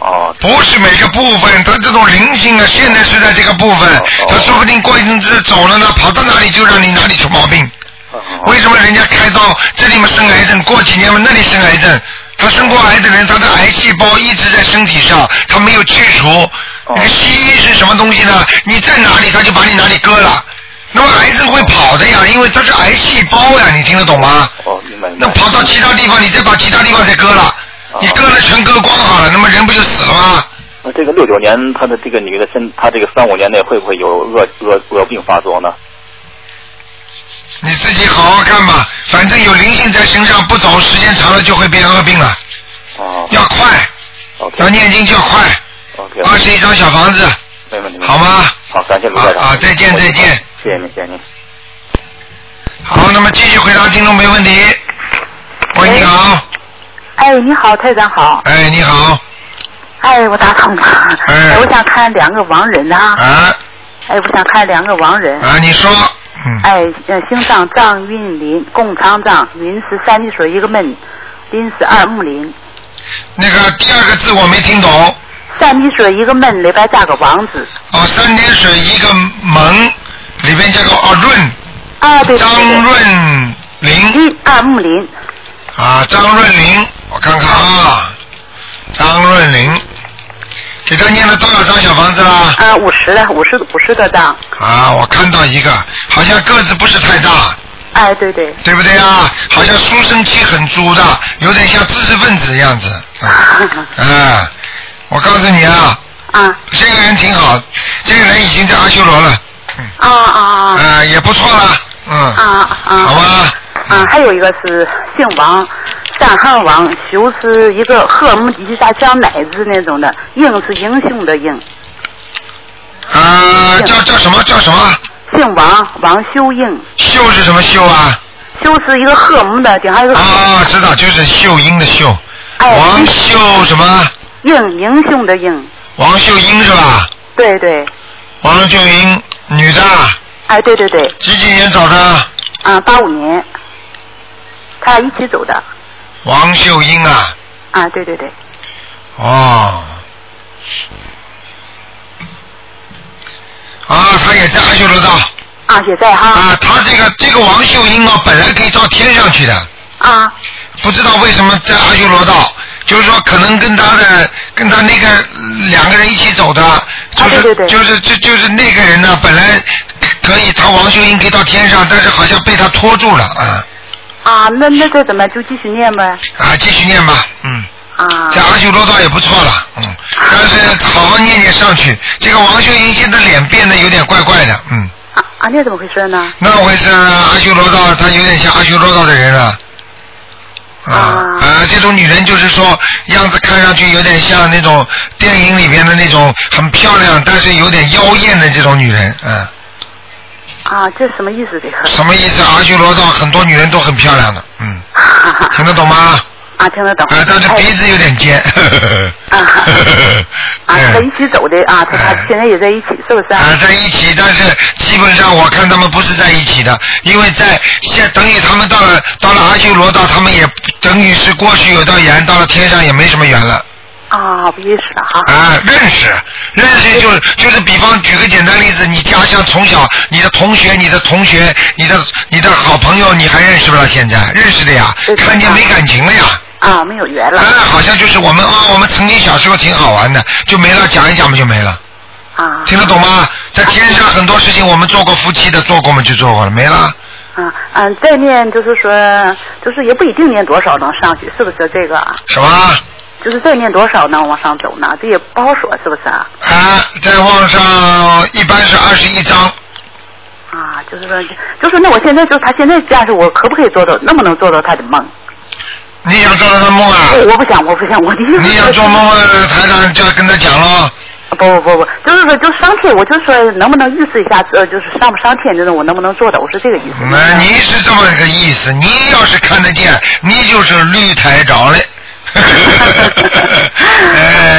Speaker 7: 哦，
Speaker 1: 不是每个部分，它这种灵性啊，现在是在这个部分
Speaker 7: 哦，
Speaker 1: 它说不定过一阵子走了呢，跑到哪里就让你哪里出毛病。
Speaker 7: 哦
Speaker 1: 为什么人家开刀这里嘛生癌症，过几年嘛那里生癌症？他生过癌的人，他的癌细胞一直在身体上，他没有去除。
Speaker 7: 哦
Speaker 1: 那个西医是什么东西呢？你在哪里，他就把你哪里割了。那么癌症会跑的呀，因为它是癌细胞呀，你听得懂吗？
Speaker 7: 哦，明白明白。
Speaker 1: 那跑到其他地方，你再把其他地方再割了，
Speaker 7: 哦
Speaker 1: 你割了全割光好了，那么人不就死了吗？
Speaker 7: 那这个六九年，她的这个女的身，她这个三五年内会不会有恶恶恶病发作呢？
Speaker 1: 你自己好好看吧，反正有灵性在身上，不走时间长了就会变恶病了。
Speaker 7: 哦
Speaker 1: 要快，
Speaker 7: ，OK
Speaker 1: 要念经就要快，
Speaker 7: OK，
Speaker 1: 二十一张小房子，
Speaker 7: 没问题。
Speaker 1: 好？吗？
Speaker 7: 好，感谢卢台长。
Speaker 1: 啊啊再见再见
Speaker 7: 谢谢您，谢谢您。
Speaker 1: 好，那么继续回答听众没问题。喂，你好，
Speaker 4: 哎，你好，台长好。
Speaker 1: 哎，你好，
Speaker 4: 哎，我打通了。
Speaker 1: 哎
Speaker 4: 我想看两个亡人啊。
Speaker 1: 啊
Speaker 4: 哎，我想看两个亡人。
Speaker 1: 啊，你说，嗯，
Speaker 4: 哎，呃，姓张，张运林，共长张，云是三点水一个闷，林是二木林，
Speaker 1: 那个第二个字我没听懂，
Speaker 4: 三点水一个闷里边加个王字。
Speaker 1: 哦，三点水一个蒙，里边加个哦润，
Speaker 4: 啊，对对
Speaker 1: 张
Speaker 4: 对
Speaker 1: 润
Speaker 4: 对。
Speaker 1: 林
Speaker 4: 林二木林，
Speaker 1: 啊，张润林，我看看啊，张润林，给他念了多少张小房子啦？
Speaker 4: 啊，五十了，五十五十多张。
Speaker 1: 啊，我看到一个，好像个子不是太大，
Speaker 4: 哎，对对。 *laughs*
Speaker 1: 对不对啊？好像书生气很粗的，有点像知识分子样子。啊，啊我告诉你啊，
Speaker 4: 啊
Speaker 1: 这个人挺好，这个人已经在阿修罗了，
Speaker 4: 啊啊
Speaker 1: 啊，也不错了，嗯，
Speaker 4: 啊啊啊！
Speaker 1: 好吧，
Speaker 4: 啊，还有一个是姓王，三横王，修是一个禾木鸡啥叫乃字那种的，英是英雄的英。
Speaker 1: 啊，叫叫什么叫什么？
Speaker 4: 姓王，王秀英。
Speaker 1: 秀是什么秀啊？
Speaker 4: 修是一个禾木的，顶上一个哎
Speaker 1: 啊，知道，就是秀英的秀，王秀什么？
Speaker 4: 英，英雄的英。
Speaker 1: 王秀英是吧？
Speaker 4: 对对，
Speaker 1: 王秀英，女的啊，
Speaker 4: 哎，对对对，
Speaker 1: 几几年找的？
Speaker 4: 啊，八五年，他俩一起走的，
Speaker 1: 王秀英啊，
Speaker 4: 啊，对对对，
Speaker 1: 哦，啊，她也在阿修罗道
Speaker 4: 啊，也在哈，
Speaker 1: 啊，她这个这个王秀英啊，本来可以到天上去的，
Speaker 4: 啊，
Speaker 1: 不知道为什么在阿修罗道，就是说可能跟他的跟他那个呃两个人一起走的，就是、
Speaker 4: 啊对对对
Speaker 1: 就是就就是那个人呢，本来可以他王秀英可以到天上，但是好像被他拖住了啊
Speaker 4: 啊，那那这怎么就继续念呗？
Speaker 1: 啊，继续念吧，嗯，
Speaker 4: 啊，
Speaker 1: 在阿修罗道也不错了，嗯，但是好好念念上去，这个王秀英现在脸变得有点怪怪的，嗯，
Speaker 4: 啊啊，那怎么回事呢？
Speaker 1: 那回事啊阿修罗道他有点像阿修罗道的人了。啊
Speaker 4: 啊
Speaker 1: 啊！这种女人就是说，样子看上去有点像那种电影里边的那种很漂亮，但是有点妖艳的这种女人，嗯，
Speaker 4: 啊，这什么意思？这个？ *laughs*
Speaker 1: 什么意思？阿修罗道很多女人都很漂亮的，嗯，
Speaker 4: 哈哈
Speaker 1: 听得懂吗？
Speaker 4: 啊，听得懂。
Speaker 1: 啊，但是
Speaker 4: 哎
Speaker 1: 鼻子有点尖。 *laughs*
Speaker 4: 啊哈啊，
Speaker 1: 哎
Speaker 4: 他一起走的啊，他他
Speaker 1: 哎
Speaker 4: 现在也在一起，是不是啊？
Speaker 1: 啊，在一起，但是基本上我看他们不是在一起的，因为在现等于他们到了到了阿修罗道，他们也等于是过去有道缘，到了天上也没什么缘了。
Speaker 4: 啊，不认识了哈。
Speaker 1: 啊，认识，认识就就是比方举个简单例子，你家乡从小，你的同学、你的同学、你的你的好朋友，你还认识不了？现在认识的呀
Speaker 4: 对，对
Speaker 1: 看见
Speaker 4: 啊
Speaker 1: 没感情了呀。
Speaker 4: 啊，没有缘了
Speaker 1: 啊，好像就是我们啊，我们曾经小时候挺好玩的，就没了，讲一讲不就没了。
Speaker 4: 啊。
Speaker 1: 听得懂吗？在天上很多事情我们做过夫妻的，做过我们就做过了，没了。
Speaker 4: 啊嗯，再念就是说，就是也不一定念多少能上去，是不是这个？啊？
Speaker 1: 什么
Speaker 4: 就是再念多少能往上走呢？这也不好说，是不是啊？
Speaker 1: 啊？在网上一般是二十一章，
Speaker 4: 啊，就是说，就是那我现在就是他现在这样是我可不可以做到，能不能做到他的梦？
Speaker 1: 啊你想做他的梦啊？
Speaker 4: 我我不想，我不想，我的意思
Speaker 1: 你
Speaker 4: 是
Speaker 1: 想做梦啊？台长就要跟他讲喽。
Speaker 4: *laughs* 不不不不，就是说就上天，我就说能不能预示一下，呃，就是上不上天这种，我能不能做到？我是这个意思。
Speaker 1: 那你是这么个意思？你要是看得见，你就是绿台长嘞。 *laughs* 呃，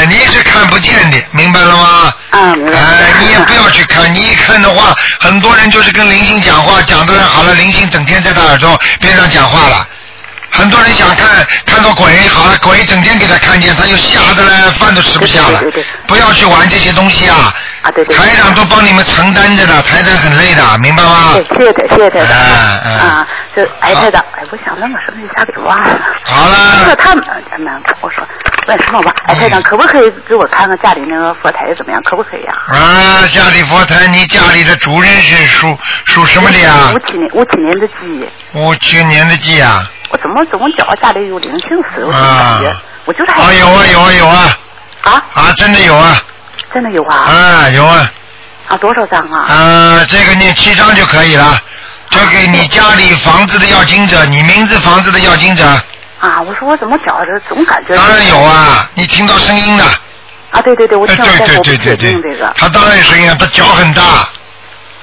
Speaker 1: 你是看不见的，明白了吗？
Speaker 4: 啊，明白。
Speaker 1: 哎，你也不要去看，你一看的话，很多人就是跟灵性讲话，讲的好了，灵性整天在他耳朵边上讲话了。很多人想看看到鬼，好了，鬼整天给他看见，他就吓得嘞，饭都吃不下了。
Speaker 4: 对对对对
Speaker 1: 不要去玩这些东西啊！
Speaker 4: 啊，对对。
Speaker 1: 台长都帮你们承担着的，台长很累的，明白吗？
Speaker 4: 对，谢谢台，谢谢台长。
Speaker 1: 哎哎
Speaker 4: 啊，这哎，
Speaker 1: 好啊
Speaker 4: 台长，哎，我想问个什么，一下给忘了。 *laughs*
Speaker 1: 好
Speaker 4: 那
Speaker 1: 了
Speaker 4: 个，他们，咱们我说问什么吧？哎，台
Speaker 1: 嗯
Speaker 4: 长，可不可以给我看看家里那个佛台怎么样？可不可以啊？
Speaker 1: 啊，家里佛台，你家里的主人是属属什么的呀
Speaker 4: 五？七年，五七年的鸡，
Speaker 1: 五七年的鸡啊！
Speaker 4: 我怎么怎么觉得家里有灵性似的，我怎么
Speaker 1: 啊
Speaker 4: 感觉？我就是
Speaker 1: 啊，
Speaker 4: 还
Speaker 1: 有啊，有啊，有啊！
Speaker 4: 啊，
Speaker 1: 啊，真的有啊！
Speaker 4: 真的有啊
Speaker 1: 啊，有啊！
Speaker 4: 啊，多少张啊？
Speaker 1: 呃，这个念七张就可以了，就给你家里房子的要经者，你名字房子的要经者，
Speaker 4: 啊，我说我怎么觉着总感觉
Speaker 1: 当然有啊，你听到声音了，
Speaker 4: 啊？对对对，我
Speaker 1: 哎
Speaker 4: 听了，
Speaker 1: 对
Speaker 4: 但是
Speaker 1: 对
Speaker 4: 我不
Speaker 1: 对
Speaker 4: 确
Speaker 1: 对
Speaker 4: 定这
Speaker 1: 对
Speaker 4: 个，
Speaker 1: 他当然有声音了，他脚很大，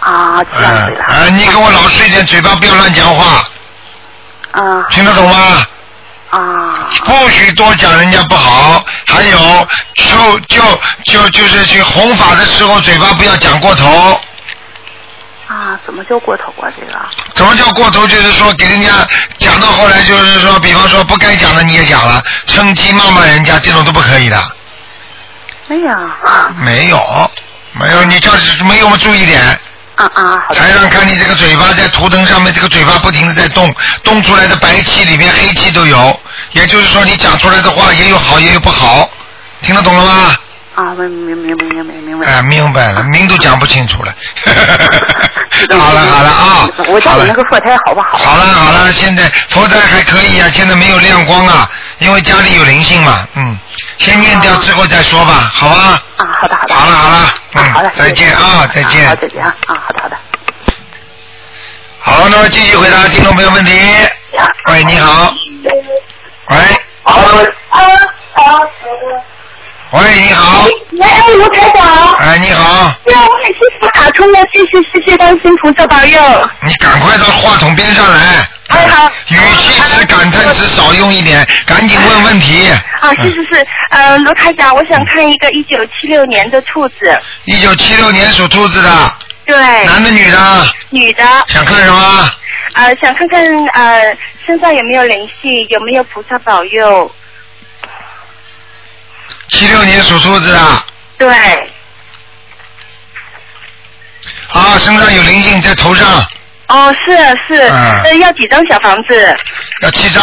Speaker 4: 啊，这
Speaker 1: 嗯
Speaker 4: 样子的
Speaker 1: 啊，你给我老实一点，嘴巴不要乱讲话，
Speaker 4: 啊
Speaker 1: 听得懂吗？
Speaker 4: 啊
Speaker 1: 不许多讲人家不好，还有就就就就是去弘法的时候，嘴巴不要讲过头。
Speaker 4: 啊，怎么叫过头啊？这个
Speaker 1: 怎么叫过头？就是说给人家讲到后来，就是说，比方说不该讲的你也讲了，趁机骂骂人家，这种都不可以的。
Speaker 4: 哎呀
Speaker 1: 没有，没有，你叫没有我们注意点。
Speaker 4: 啊啊，嗯好的
Speaker 1: 台上看你这个嘴巴在图腾上面，这个嘴巴不停的在动，动出来的白气里面黑气都有，也就是说你讲出来的话也有好也有不好，听得懂了吗？
Speaker 4: 啊，明明明明明明明白。
Speaker 1: 哎，明白了，名都讲不清楚
Speaker 4: *laughs*
Speaker 1: 了。好
Speaker 4: 好
Speaker 1: 了 *laughs* 好了啊，
Speaker 4: *laughs* 我
Speaker 1: 好
Speaker 4: 家
Speaker 1: 了
Speaker 4: 里那个佛台好不好？
Speaker 1: 好了好了，现在佛台还可以啊，现在没有亮光啊，因为家里有灵性嘛，嗯，先念掉之后再说吧，好吧？
Speaker 4: 啊，好的好的。
Speaker 1: 好了好了，
Speaker 4: 啊，好
Speaker 1: 嗯
Speaker 4: 的，，
Speaker 1: 再见啊，再
Speaker 4: 好，
Speaker 1: 见。
Speaker 4: 再见啊，啊，好的好的。
Speaker 1: 好，那么继续回答听众朋友问题。喂，你好。喂。
Speaker 4: 啊
Speaker 1: 喂，你好。
Speaker 3: 喂，哎，卢台长。
Speaker 1: 哎，你好。
Speaker 3: 对，我很幸福打通了，谢谢谢谢观世音菩萨保佑。
Speaker 1: 你赶快到话筒边上来。哎好。语气词、感叹词少用一点，赶紧问问题。
Speaker 3: 啊，是是是，呃，卢台长，我想看一个一九七六年的兔子，
Speaker 1: 一九七六年属兔子的，
Speaker 3: 对。
Speaker 1: 男的女的？
Speaker 3: 女的。
Speaker 1: 想看什么？
Speaker 3: 呃，想看看呃身上有没有灵性，有没有菩萨保佑？
Speaker 1: 七六年属兔子的，
Speaker 3: 对，
Speaker 1: 啊，身上有灵性在头上，
Speaker 3: 哦，是是，
Speaker 1: 嗯
Speaker 3: 呃，要几张小房子？
Speaker 1: 要七张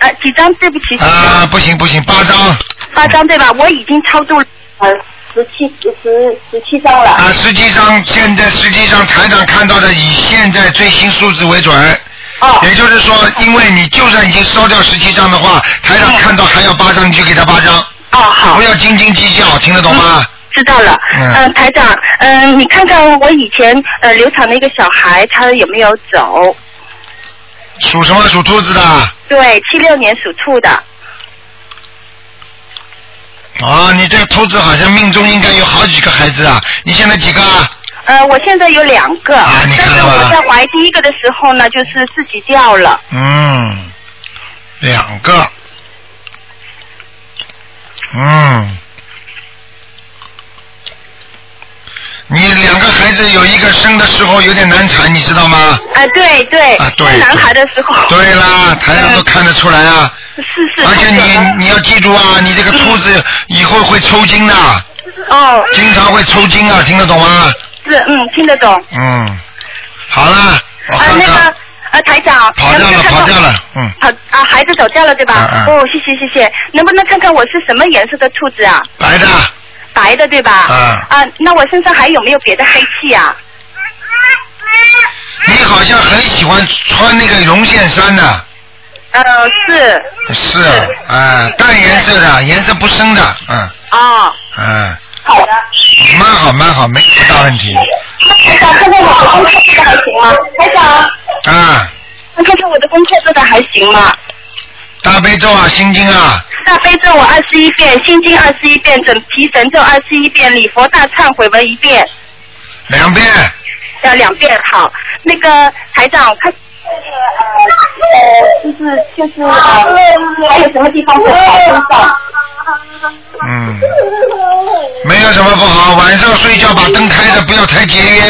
Speaker 3: 呃，几张？对不起，
Speaker 1: 啊，不行不行，八张
Speaker 3: 八张对吧？我已经超度了呃十七十十七张了。
Speaker 1: 啊，实际上现在实际上台长看到的以现在最新数字为准。
Speaker 3: 哦。
Speaker 1: 也就是说，因为你就算已经烧掉十七张的话，台长看到还要八张，你就给他八张。
Speaker 3: 哦，好。
Speaker 1: 不要斤斤计较，听得懂吗？
Speaker 3: 知道了，
Speaker 1: 嗯
Speaker 3: 嗯、台长，嗯、你看看我以前呃流产的一个小孩，他有没有走？
Speaker 1: 属什么？属兔子的。
Speaker 3: 对，七六年属兔的，
Speaker 1: 啊，你这个兔子好像命中应该有好几个孩子啊！你现在几个啊？
Speaker 3: 呃，我现在有两个，但是我在怀第一个的时候呢，就是自己掉了，
Speaker 1: 嗯，两个。嗯，你两个孩子有一个生的时候有点难产，你知道吗？
Speaker 3: 啊、对对，
Speaker 1: 啊对
Speaker 3: 生男孩的时候，
Speaker 1: 对啦，台上都看得出来啊。
Speaker 3: 是是，
Speaker 1: 而且
Speaker 3: 太准了
Speaker 1: 你你要记住啊，你这个兔子以后会抽筋的，
Speaker 3: 哦，
Speaker 1: 经常会抽筋啊，听得懂吗？
Speaker 3: 是嗯，听得懂，啊、
Speaker 1: 嗯，好啦，我看
Speaker 3: 那
Speaker 1: 看
Speaker 3: 个。呃，台长，
Speaker 1: 跑掉
Speaker 3: 能
Speaker 1: 了，
Speaker 3: 不能看
Speaker 1: 跑
Speaker 3: 看
Speaker 1: 掉了，嗯，
Speaker 3: 跑啊，孩子走掉了对吧？
Speaker 1: 嗯嗯
Speaker 3: 哦，谢谢谢谢，能不能看看我是什么颜色的兔子啊？
Speaker 1: 白的，
Speaker 3: 白的对吧？
Speaker 1: 嗯
Speaker 3: 啊，那我身上还有没有别的黑气啊？
Speaker 1: 你好像很喜欢穿那个绒线衫的、
Speaker 3: 呃，是，
Speaker 1: 是，哎，淡颜色的，颜色不深的，嗯
Speaker 3: 哦，
Speaker 1: 嗯，
Speaker 3: 好的。
Speaker 1: 蛮好蛮好，没什么大问题，
Speaker 3: 台长，看看我的功课做的还行吗？台长，
Speaker 1: 啊，
Speaker 3: 看看我的功课做的还行吗？
Speaker 1: 大悲咒啊，心经啊，
Speaker 3: 大悲咒我二十一遍，心经二十一遍，准提神咒二十一遍，礼佛大忏悔文一遍，
Speaker 1: 两遍，
Speaker 3: 呃，两遍好。那个台长，看。呃，就是就是呃，还有什么地方不好？啊身上
Speaker 1: 嗯，没有什么不好，晚上睡觉把灯开着，不要太节约，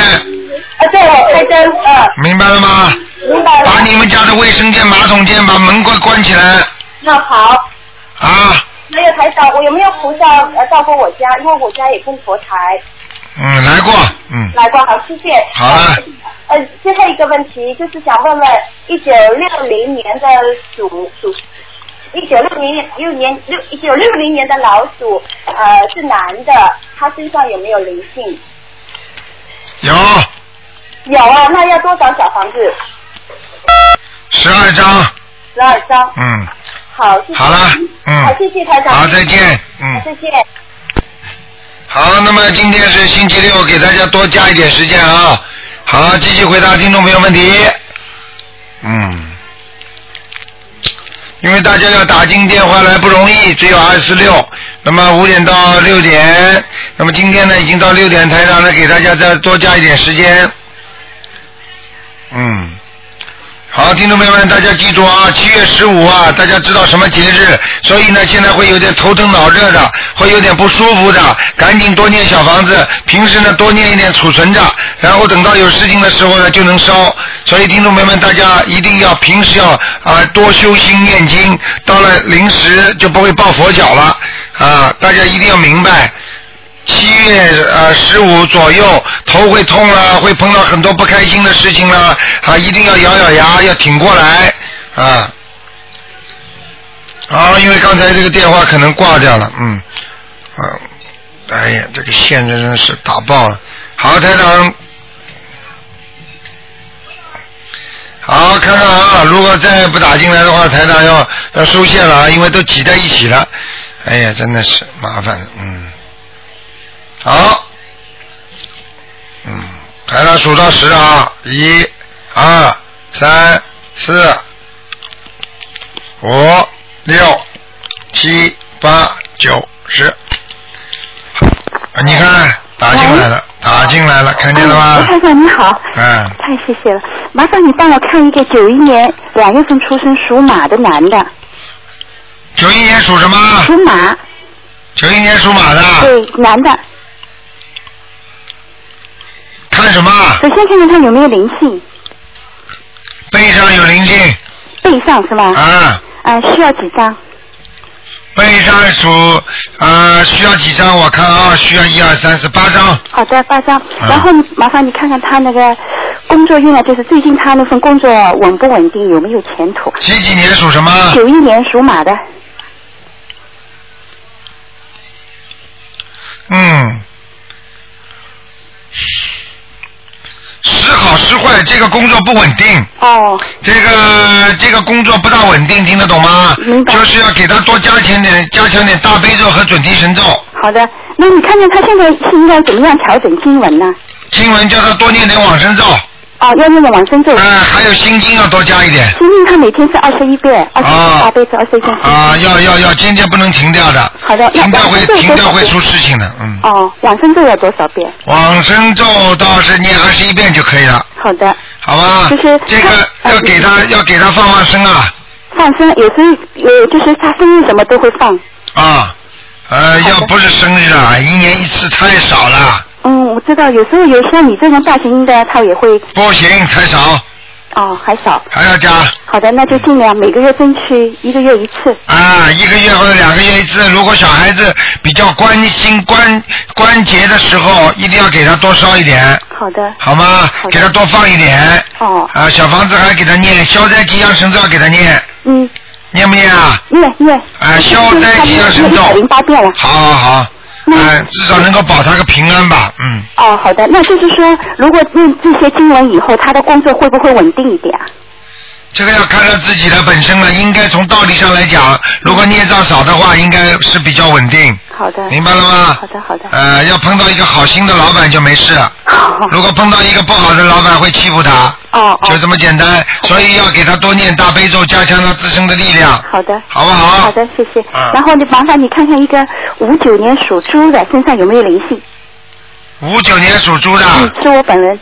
Speaker 3: 啊，对，我开灯，嗯，
Speaker 1: 明白了吗？
Speaker 3: 明白
Speaker 1: 把你们家的卫生间、马桶间把门关关起来
Speaker 3: 那好，
Speaker 1: 啊，
Speaker 3: 没有台长，我有没有菩萨呃到过我家？因为我家也供佛台，
Speaker 1: 嗯，来过，嗯，
Speaker 3: 来过，好，谢谢。
Speaker 1: 好啊了，
Speaker 3: 呃，最后一个问题就是想问问，一九六零年的鼠鼠，一九六零年六年六一九六零年的老鼠，呃，是男的，他身上有没有灵性？
Speaker 1: 有
Speaker 3: 有啊，那要多少小房子？
Speaker 1: 十二张，
Speaker 3: 十二张。
Speaker 1: 嗯，
Speaker 3: 好，谢谢。
Speaker 1: 好了，
Speaker 3: 好，
Speaker 1: 嗯，
Speaker 3: 谢谢台长。
Speaker 1: 好，再见，嗯。
Speaker 3: 再见。
Speaker 1: 好，那么今天是星期六，给大家多加一点时间啊。好，继续回答听众朋友问题。嗯，因为大家要打进电话来不容易，只有二四六。那么五点到六点，那么今天呢已经到六点，台长呢给大家再多加一点时间。嗯。好，听众朋友们，大家记住啊，七月十五啊，大家知道什么节日？所以呢，现在会有点头疼脑热的，会有点不舒服的，赶紧多念小房子，平时呢多念一点储存着，然后等到有事情的时候呢就能烧。所以听众朋友们，大家一定要平时要啊、多修心念经，到了临时就不会抱佛脚了啊、大家一定要明白。七月呃十五左右，头会痛啦，会碰到很多不开心的事情啦，啊，一定要咬咬牙，要挺过来啊。啊，因为刚才这个电话可能挂掉了，嗯，啊，哎呀，这个线真是打爆了。好，台长，好，看看啊，如果再不打进来的话，台长要要收线了啊，因为都挤在一起了。哎呀，真的是麻烦，嗯。好，嗯，台上数到十啊，一、二、三、四、五、六、七、八、九、十。啊你看，打进来了，打进来了，看见了
Speaker 5: 哎
Speaker 1: 吗？
Speaker 5: 台长你好，
Speaker 1: 嗯，
Speaker 5: 太谢谢了，麻烦你帮我看一个九一年两月份出生属马的男的，
Speaker 1: 九一年属什么？
Speaker 5: 属马，
Speaker 1: 九一年属马的，
Speaker 5: 对，男的，
Speaker 1: 看什么？
Speaker 5: 首先看看他有没有灵性，
Speaker 1: 背上有灵性，
Speaker 5: 背上是吧？
Speaker 1: 啊，
Speaker 5: 啊，需要几张？
Speaker 1: 背上属呃需要几张？我看啊，需要一二三四八张。
Speaker 5: 好的，八张。
Speaker 1: 嗯
Speaker 5: 然后你麻烦你看看他那个工作运啊，就是最近他那份工作稳不稳定，有没有前途？
Speaker 1: 几几年属什么？
Speaker 5: 九一年属马
Speaker 1: 啊
Speaker 5: 的，
Speaker 1: 嗯，时好时坏，这个工作不稳定。
Speaker 5: 哦。
Speaker 1: 这个这个工作不大稳定，听得懂吗？明白。就是要给他多加强点，加强点大悲咒和准提神咒。
Speaker 5: 好的。那你看看他现在是应该怎么样调整经文呢？
Speaker 1: 经文叫他多念点往生咒，
Speaker 5: 哦，要念的往生咒。
Speaker 1: 嗯，还有心经要多加一点。
Speaker 5: 心经他每天是二十一遍，二十一大悲咒，二十一遍。
Speaker 1: 啊，要要要，今天不能停掉的。
Speaker 5: 好的，
Speaker 1: 停掉
Speaker 5: 往
Speaker 1: 会
Speaker 5: 生咒
Speaker 1: 停
Speaker 5: 多
Speaker 1: 掉
Speaker 5: 少
Speaker 1: 会
Speaker 5: 遍
Speaker 1: 出事情的，嗯。
Speaker 5: 哦，往生咒要多少遍？
Speaker 1: 往生咒倒是念二十一遍就可以了，
Speaker 5: 好的，
Speaker 1: 好吧？
Speaker 5: 就是
Speaker 1: 这个要给他要给他放放生啊
Speaker 5: 放生有时候有就是他生日什么都会放。
Speaker 1: 啊，呃，要不是生日啊，一年一次太少了，
Speaker 5: 嗯，我知道，有时候有像你这种大型的，他也会
Speaker 1: 不行，太少，
Speaker 5: 哦，还少。
Speaker 1: 还要加
Speaker 5: 好的，那就尽量每个月争取一个月一次。
Speaker 1: 啊，一个月或者两个月一次。如果小孩子比较关心关关节的时候，一定要给他多烧一点，
Speaker 5: 好的，
Speaker 1: 好吗？给他多放一点
Speaker 5: 哦，
Speaker 1: 啊，小房子还给他念消灾吉祥神咒，给他念，
Speaker 5: 嗯，
Speaker 1: 念不念啊？
Speaker 5: 念念。
Speaker 1: 啊，消灾吉祥神
Speaker 5: 一
Speaker 1: 咒。
Speaker 5: 百零八遍了。
Speaker 1: 好好好，
Speaker 5: 嗯
Speaker 1: 哎，至少能够保他个平安吧，嗯，
Speaker 5: 哦，好的，那就是说，如果念这些经文以后，他的工作会不会稳定一点啊？
Speaker 1: 这个要看他自己的本身了，应该从道理上来讲，如果孽障少的话，应该是比较稳定。
Speaker 5: 好的。
Speaker 1: 明白了吗？好
Speaker 5: 嗯的，好哦的。
Speaker 1: 呃，要碰到一个好心的老板就没事了，如果碰到一个不好的老板会欺负他，
Speaker 5: 哦
Speaker 1: 就这么简单，所以要给他多念大悲咒，加强他自身的力量。
Speaker 5: 好的，
Speaker 1: 好不好？
Speaker 5: 好的，谢谢。
Speaker 1: 嗯
Speaker 5: 然后你麻烦你看看一个五九年属猪的身上有没有灵性？
Speaker 1: 五九年属猪的，
Speaker 5: 嗯，是我本人。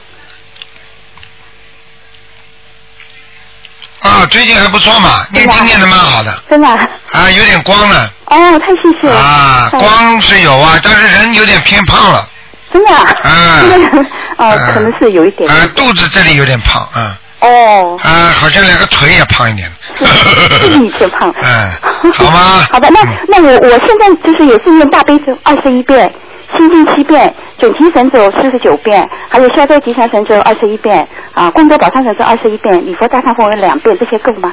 Speaker 1: 啊，最近还不错嘛，念经念的蛮好的，
Speaker 5: 真的啊。
Speaker 1: 啊，有点光了。
Speaker 5: 哦，太谢谢了。
Speaker 1: 啊，
Speaker 5: 哎
Speaker 1: 光是有啊，但是人有点偏胖了，
Speaker 5: 真的啊。
Speaker 1: 嗯，
Speaker 5: *laughs* 哦，可能是有一点。
Speaker 1: 啊，肚子这里有点胖，嗯，
Speaker 5: 哦，
Speaker 1: 啊，好像两个腿也胖一点， *laughs*
Speaker 5: 是以前胖。
Speaker 1: 嗯，好吗？
Speaker 5: *laughs*
Speaker 1: 嗯
Speaker 5: 好的，那那我我现在就是也是念大悲咒二十一遍，心经七遍，准提神咒四十九遍，还有消灾吉祥神咒二十一遍，啊，功德宝山神咒二十一遍，礼佛大忏悔文两遍，这些够吗？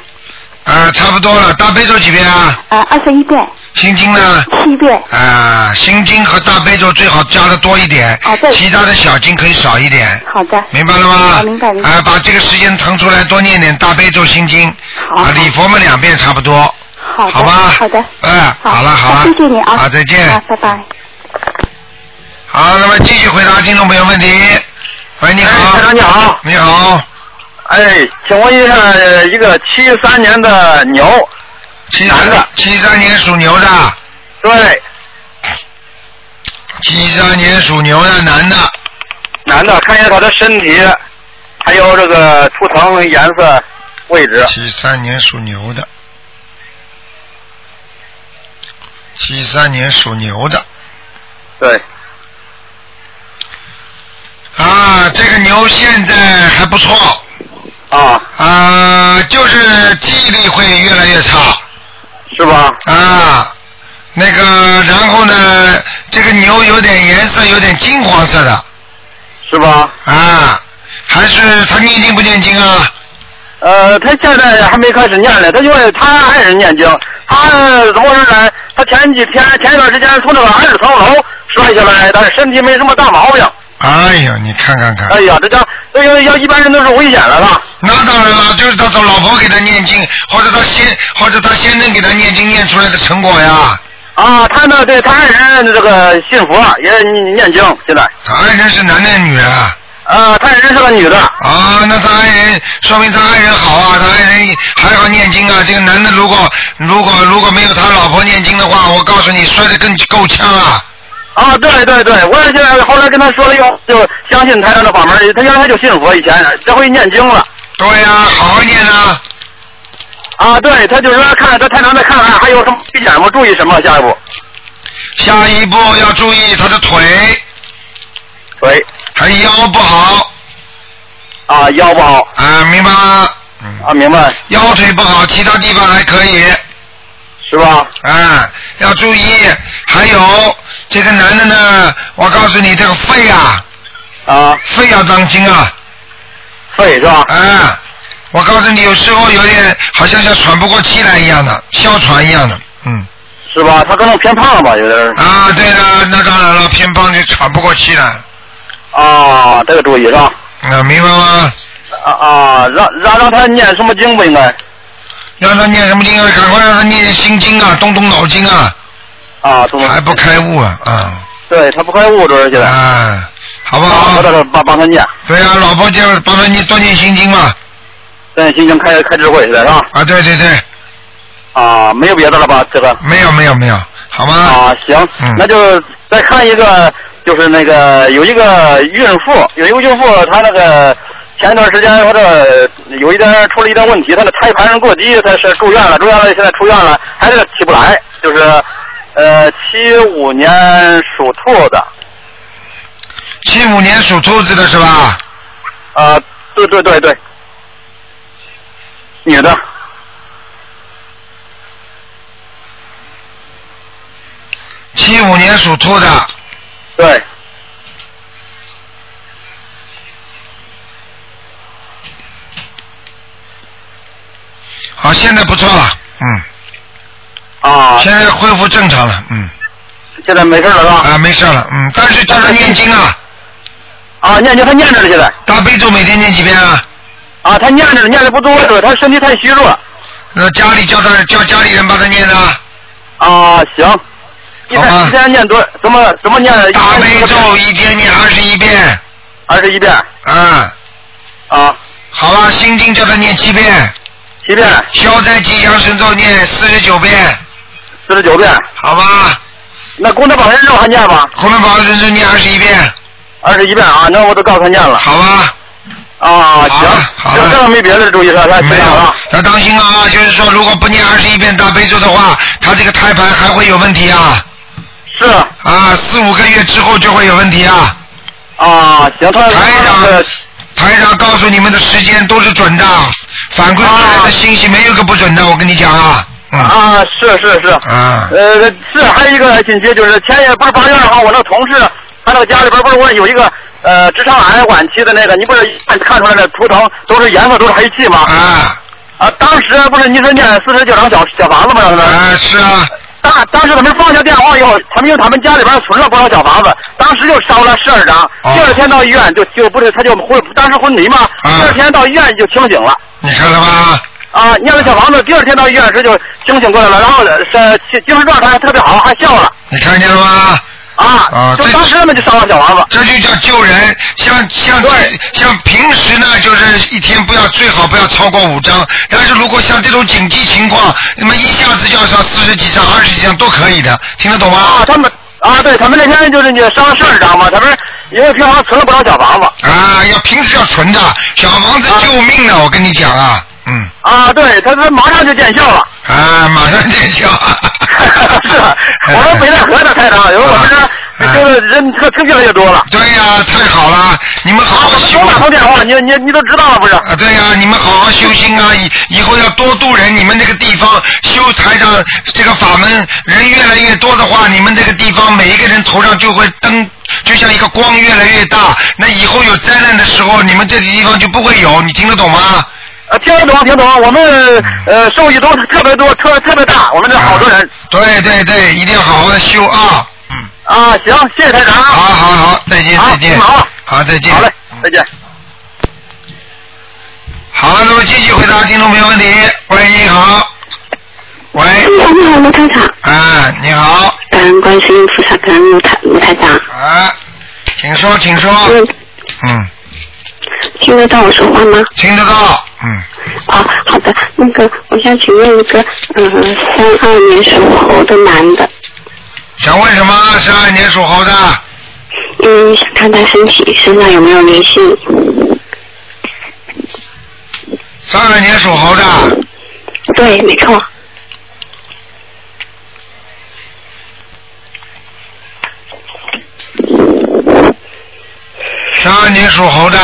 Speaker 1: 啊，差不多了，大悲咒几遍啊？
Speaker 5: 啊，二十一遍，
Speaker 1: 心经呢？
Speaker 5: 七遍。
Speaker 1: 啊，心经和大悲咒最好加的多一点，
Speaker 5: 啊
Speaker 1: 其他的小经可以少一点，
Speaker 5: 好的。
Speaker 1: 明白了吗？
Speaker 5: 啊明白明白
Speaker 1: 啊，把这个时间腾出来，多念点大悲咒、心经，啊，礼佛们两遍差不多，
Speaker 5: 好的，
Speaker 1: 好吧
Speaker 5: 好的，
Speaker 1: 嗯，好了好了，
Speaker 5: 谢谢你啊，
Speaker 1: 好，再见，
Speaker 5: 啊，拜拜。
Speaker 1: 好，那么继续回答听众朋友问题。喂，你好，台
Speaker 8: 哎长你好，
Speaker 1: 你好，
Speaker 8: 哎，请问一下，呃一个七三年的牛，
Speaker 1: 七
Speaker 8: 男的，
Speaker 1: 七三年属牛的，
Speaker 8: 对，
Speaker 1: 七三年属牛的男的，
Speaker 8: 男的，看一下他的身体，还有这个图腾颜色、位置。
Speaker 1: 七三年属牛的，七三年属牛的
Speaker 8: 对，
Speaker 1: 啊，这个牛现在还不错
Speaker 8: 啊，
Speaker 1: 啊，就是记忆力会越来越差，
Speaker 8: 是吧？
Speaker 1: 啊，那个然后呢，这个牛有点颜色有点金黄色的
Speaker 8: 是吧？
Speaker 1: 啊，还是他念经不念经啊？
Speaker 8: 呃，他现在还没开始念呢，他就是他爱人念经，他怎么是呢？他前几天前一段时间从那个二十层楼摔下来，但是身体没什么大毛病。
Speaker 1: 哎呦，你看看看，
Speaker 8: 哎呀，这家这个要一般人都是危险了吧？
Speaker 1: 那当然了，就是他找老婆给他念经，或者他先或者他先生给他念经念出来的成果呀。
Speaker 8: 啊，他呢，对他爱人这个信佛，也念经，现在。
Speaker 1: 他爱人是男的女的？
Speaker 8: 啊，他爱人是个女的。
Speaker 1: 啊，那他爱人说明他爱人好啊，他爱人还好念经的，这个男的如果如果如果没有他老婆念经的话，我告诉你摔得更够呛啊！
Speaker 8: 啊，对对对，我也现在后来跟他说了以后，就相信台上的法门，他原来就信佛，以前这回念经了。
Speaker 1: 对呀、好好念啊。
Speaker 8: 啊，对，他就是说看他台上再看看还有什么危险吗？注意什么？下一步。
Speaker 1: 下一步要注意他的腿。
Speaker 8: 腿。
Speaker 1: 还腰不好。
Speaker 8: 啊，腰不好。
Speaker 1: 啊，明白吗？嗯
Speaker 8: 啊，明白。
Speaker 1: 腰腿不好，其他地方还可以。
Speaker 8: 是吧？
Speaker 1: 啊，要注意。还有这个男的呢，我告诉你，这个肺啊，
Speaker 8: 啊，
Speaker 1: 肺要当心啊。
Speaker 8: 肺是
Speaker 1: *laughs*
Speaker 8: 吧？
Speaker 1: 啊，我告诉你，有时候有点好像像喘不过气来一样的，哮喘一样的。嗯。
Speaker 8: 是吧？他可能偏胖了吧，有点儿。
Speaker 1: 啊，对的，那当然了，偏胖就喘不过气来。
Speaker 8: 啊，这个注意是吧？
Speaker 1: 啊，明白吗？
Speaker 8: 啊啊，让让让他念什么经不应该？
Speaker 1: 让他念什么经啊？赶快让他念心经啊，动动脑筋啊。
Speaker 8: 啊，
Speaker 1: 还不开悟啊啊！
Speaker 8: 对他不开悟，主要是现在。
Speaker 1: 啊，好不好？
Speaker 8: 帮帮他念。
Speaker 1: 对呀、老婆就帮他念多念心经嘛。
Speaker 8: 对，心经开开智慧是吧？
Speaker 1: 啊，对对对，
Speaker 8: 啊，没有别的了吧？这个。
Speaker 1: 没有没有没有，好吗？
Speaker 8: 啊，行，
Speaker 1: 嗯
Speaker 8: 那就再看一个，就是那个有一个孕妇，有一个孕妇，她那个前一段时间她的有一点出了一点问题，她的胎盘上过低，她是住院了，住院了，现在出院了，还是起不来，就是呃七五年属兔的，
Speaker 1: 七五年属兔子的是吧？
Speaker 8: 啊，对对对对，女的，
Speaker 1: 七五年属兔的。
Speaker 8: 对。
Speaker 1: 好，现在不错了，嗯。
Speaker 8: 啊。
Speaker 1: 现在恢复正常了，嗯。
Speaker 8: 现在没事了是吧？
Speaker 1: 啊，没事了，嗯，但是叫他念经啊。
Speaker 8: 啊，念经他念着了现在。
Speaker 1: 大悲咒每天念几遍啊？
Speaker 8: 啊，他念着念的不多，主要他身体太虚弱。
Speaker 1: 那家里叫他叫家里人帮他念的。
Speaker 8: 啊，行。一天一天念多怎么怎么念？
Speaker 1: 大悲咒一天念二十一遍。
Speaker 8: 二十一遍。
Speaker 1: 嗯。
Speaker 8: 啊。
Speaker 1: 好了，心经叫他念七遍。
Speaker 8: 七遍。
Speaker 1: 消灾吉祥神咒念四十九遍。
Speaker 8: 四十九遍。
Speaker 1: 好吧。
Speaker 8: 那功德宝山咒还念吗？
Speaker 1: 功德宝山咒念二十一遍。
Speaker 8: 二十一遍啊，那我都告诉他念了。
Speaker 1: 好吧。
Speaker 8: 啊，行，
Speaker 1: 好
Speaker 8: 这这没别的注意了，来，没有了。
Speaker 1: 要当心啊！就是说，如果不念二十一遍大悲咒的话，他这个胎盘还会有问题啊。
Speaker 8: 是。
Speaker 1: 啊，四五个月之后就会有问题啊。
Speaker 8: 啊，行，他
Speaker 1: 台长，台长告诉你们的时间都是准的，反馈出来的信息没有个不准的，我跟你讲啊。
Speaker 8: 啊，是是是。
Speaker 1: 啊。
Speaker 8: 呃，是还有一个紧急就是前也不是八月二号，我那个同事他那个家里边不是我有一个呃直肠癌晚期的那个，你不是看看出来的图腾都是颜色都是黑气吗？
Speaker 1: 啊。
Speaker 8: 啊，当时不是您说念四十九张小小房子吗？
Speaker 1: 啊，是啊。
Speaker 8: 当当时他们放下电话以后，他们因为他们家里边存了不少小房子，当时就烧了十二张。
Speaker 1: 哦
Speaker 8: 第二天到医院就就不是他就昏，当时昏迷嘛。
Speaker 1: 啊
Speaker 8: 第二天到医院就清醒了。
Speaker 1: 你看了吗？
Speaker 8: 啊，念了小房子，第二天到医院时就清醒过来了，然后是精神状态还特别好，还笑了。
Speaker 1: 你看见了吗？
Speaker 8: 啊，
Speaker 1: 啊，
Speaker 8: 就当时他们就烧了小房子。
Speaker 1: 这就叫救人。像像这像平时呢，就是一天不要最好不要超过五张。但是如果像这种紧急情况，那么一下子就要上四十几张、二十几张都可以的，听得懂吗？
Speaker 8: 啊，他们啊，对他们那天就是你烧了十二张嘛，他们因为平常存了不少小房子。
Speaker 1: 啊，要平时要存着，小房子救命的，我跟你讲啊，嗯，
Speaker 8: 啊，对，他他马上就见效了。 *laughs*
Speaker 1: 啊，马上见效。
Speaker 8: 是，我说北戴河的太长，因为我们
Speaker 1: 啊
Speaker 8: 这儿就是人特特越来越多了。
Speaker 1: *laughs* 对呀、太好了，你们好好修。
Speaker 8: 我打通电话，你你你都知道了不是？
Speaker 1: 啊，对呀、你们好好修心啊，以以后要多度人。你们这个地方修台上这个法门人越来越多的话，你们这个地方每一个人头上就会灯，就像一个光越来越大。那以后有灾难的时候，你们这地方就不会有，你听得懂吗？
Speaker 8: 啊，听得懂，听懂。我们呃受益都特别多，特特别大。我们这好多人。
Speaker 1: 啊对对对，一定要好好的修啊！
Speaker 8: 啊，行，谢谢台长。
Speaker 1: 好好好，再见再见。
Speaker 8: 好，
Speaker 1: 好再见。
Speaker 8: 好嘞，再见。
Speaker 1: 好，那么继续回答听众朋友问题。喂，你好。喂。
Speaker 9: 哎你好，卢台长。
Speaker 1: 啊，你好。
Speaker 9: 感
Speaker 5: 嗯
Speaker 9: 恩观世音菩萨，感恩卢台卢台长。
Speaker 5: 嗯
Speaker 1: 啊，请说，请说。
Speaker 9: 嗯。
Speaker 1: 嗯。
Speaker 5: 听得到我说话吗？
Speaker 1: 听得到，嗯
Speaker 5: 啊，好的，那个我想请问一个，嗯，三二年属猴的男的，
Speaker 1: 想问什么？十二年属猴的，
Speaker 5: 嗯，想看他身体身上有没有灵性，
Speaker 1: 三二年属猴的，
Speaker 5: 对，没错，
Speaker 1: 十二年属猴的，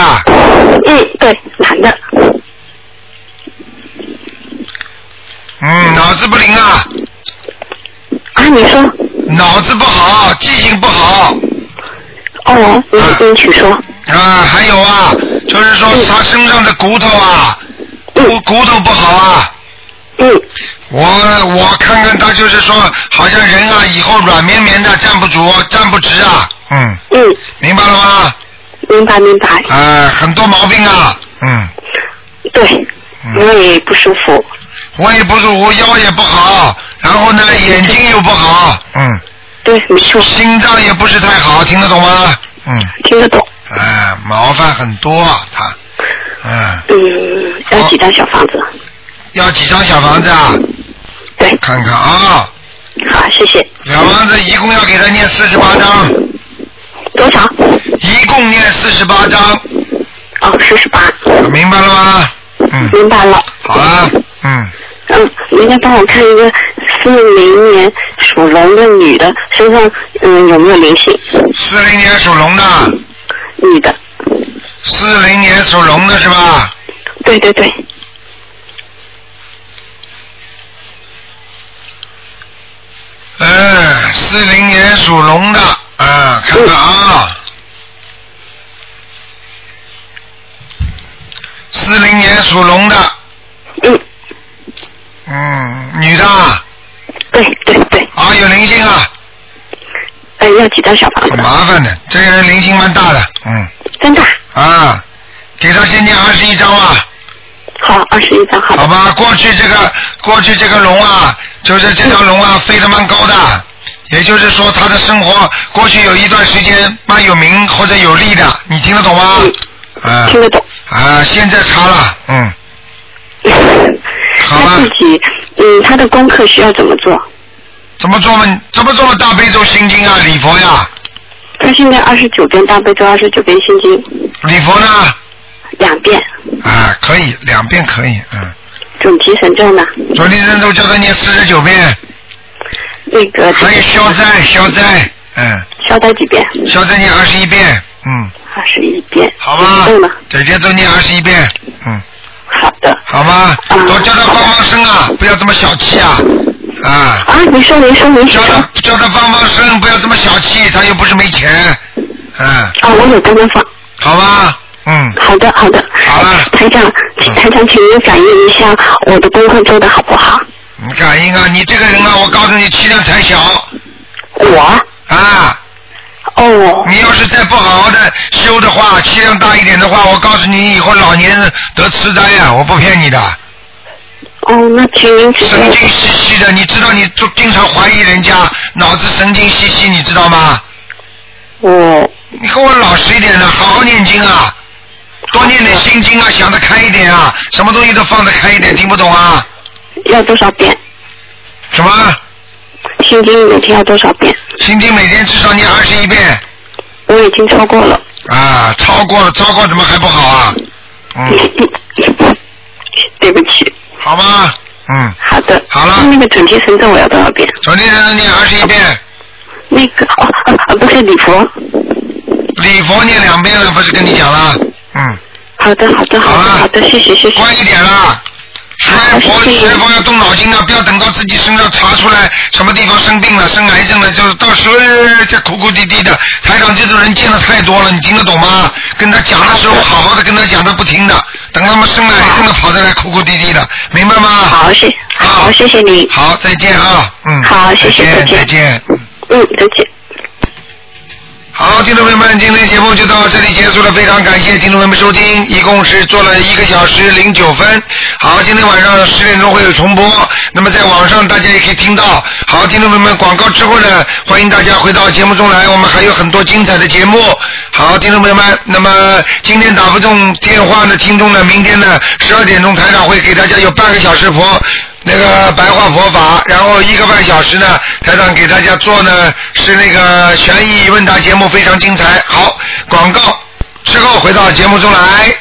Speaker 5: 嗯，对，男的，
Speaker 1: 嗯，脑子不灵啊。
Speaker 5: 啊，你说。
Speaker 1: 脑子不好，记性不好。
Speaker 5: 哦，
Speaker 1: 你
Speaker 5: 你请说。
Speaker 1: 啊，还有啊，就是说他身上的骨头啊，骨骨头不好啊。
Speaker 5: 嗯。
Speaker 1: 我我看看他就是说，好像人啊以后软绵绵的，站不住，站不直啊。嗯。
Speaker 5: 嗯。
Speaker 1: 明白了吗？
Speaker 5: 明白明白。
Speaker 1: 啊，很多毛病啊，嗯。
Speaker 5: 对，胃不舒服。
Speaker 1: 胃不舒服，腰也不好，然后呢，眼睛又不好，嗯。
Speaker 5: 对，没错。
Speaker 1: 心脏也不是太好，听得懂吗？嗯。
Speaker 5: 听得懂。
Speaker 1: 啊，麻烦很多啊，他，嗯。
Speaker 5: 嗯，要几张小房子？
Speaker 1: 要几张小房子啊？
Speaker 5: 对。
Speaker 1: 看看啊。
Speaker 5: 好，谢谢。
Speaker 1: 小房子一共要给他念四十八章。
Speaker 5: 多少？
Speaker 1: 一共念四十八章。
Speaker 5: 哦，四十八。
Speaker 1: 明白了吗？嗯。
Speaker 5: 明白了。
Speaker 1: 好了，
Speaker 5: 嗯，您再帮我看一个四零年属龙的女的身上，嗯，有没有灵性？
Speaker 1: 四零年属龙的。
Speaker 5: 女的。
Speaker 1: 四零年属龙的是吧？
Speaker 5: 对对对。
Speaker 1: 嗯，四零年属龙的，啊，看看啊。四零年属龙的。
Speaker 5: 嗯。
Speaker 1: 嗯，女的啊。
Speaker 5: 对对对。
Speaker 1: 啊，有灵性啊。
Speaker 5: 哎，要几张小房
Speaker 1: 子？麻烦的，这个人灵性蛮大的，嗯。
Speaker 5: 真的。
Speaker 1: 啊，给他先念二十一章吧。
Speaker 5: 好，二十一张，好。
Speaker 1: 好吧，过去这个过去这个龙啊，就是这条龙啊，飞得蛮高的，也就是说他的生活过去有一段时间蛮有名或者有利的，你听得懂吗？啊。听
Speaker 5: 嗯得懂。
Speaker 1: 啊，现在差了，嗯。
Speaker 5: *laughs* 她自己，嗯，她的功课需要怎么做？
Speaker 1: 怎么做嘛？怎么做嘛？大悲咒心经啊，礼佛呀，
Speaker 5: 她现在二十九遍大悲咒，二十九遍心经，
Speaker 1: 礼佛呢？
Speaker 5: 两遍
Speaker 1: 啊，可以，两遍可以，嗯。
Speaker 5: 准提神咒呢？
Speaker 1: 准提神咒叫他念四十九遍。
Speaker 5: 那个。
Speaker 1: 还有消灾，消灾，嗯。
Speaker 5: 消灾几遍？
Speaker 1: 消灾念二十一遍，嗯。
Speaker 5: 二十一遍。
Speaker 1: 好吧。
Speaker 5: 嗯
Speaker 1: 姐姐都念二十一遍，嗯。好的。好吗？多叫他帮帮声啊，不要这么小气啊，啊。
Speaker 5: 啊，你说，您说，您
Speaker 1: 说。叫他叫他帮帮声，不要这么小气，他又不是没钱，嗯。
Speaker 5: 啊，我有帮他放。
Speaker 1: 好吧，嗯。
Speaker 5: 好的，好的。
Speaker 1: 好了。嗯
Speaker 5: 台长，请台长，请您感应一下我的功课做的好不好？
Speaker 1: 你感应啊，你这个人啊，我告诉你，气量太小。
Speaker 5: 我。
Speaker 1: 啊。
Speaker 5: 哦。
Speaker 1: 你要是再不好好的修的话，气量大一点的话，我告诉你，以后老年人得痴呆呀、我不骗你的。
Speaker 5: 哦，那请您指
Speaker 1: 神经兮兮的，你知道你就经常怀疑人家脑子神经兮兮，你知道吗？
Speaker 5: 哦。
Speaker 1: 你跟我老实一点呢，好好念经啊，多念点心经啊，想得开一点啊，什么东西都放得开一点，听不懂啊？
Speaker 5: 要多少遍？
Speaker 1: 什么？
Speaker 5: 心经每天要多少遍？
Speaker 1: 心经每天至少念二十一遍。
Speaker 5: 我已经超过了。
Speaker 1: 啊，超过了，超过怎么还不好啊？嗯。
Speaker 5: *laughs* 对不起。
Speaker 1: 好吗？嗯。
Speaker 5: 好的。
Speaker 1: 好了。
Speaker 5: 那个准提神咒我要多少遍？
Speaker 1: 准提神咒念二十一遍。
Speaker 5: 那个哦哦哦，不是礼佛。
Speaker 1: 礼佛念两遍了，不是跟你讲了？嗯。
Speaker 5: 好的，好的，好的，好的，谢谢，谢谢。
Speaker 1: 乖一点啦。学佛学佛要动脑筋啊，不要等到自己身上查出来什么地方生病了、生癌症了，就是到时候呃这哭哭啼啼的。台长这种人见的太多了，你听得懂吗？跟他讲的时候好好的跟他讲，他不听的。等他们生了癌症的跑这来哭哭啼啼的，明白吗？好，
Speaker 5: 谢，好，谢谢你。
Speaker 1: 好，再见啊，嗯。
Speaker 5: 好，谢谢，
Speaker 1: 再
Speaker 5: 嗯再
Speaker 1: 见，再见。
Speaker 5: 嗯，再见。
Speaker 1: 好，听众朋友们，今天节目就到这里结束了，非常感谢听众朋友们收听，一共是做了一个小时零九分。好，今天晚上十点钟会有重播，那么在网上大家也可以听到。好，听众朋友们，广告之后呢，欢迎大家回到节目中来，我们还有很多精彩的节目。好，听众朋友们，那么今天打不中电话的听众呢，明天呢十二点钟台长会给大家有半个小时佛那个白话佛法，然后一个半小时呢，台长给大家做呢是那个悬疑问答节目，非常精彩。好，广告之后回到节目中来。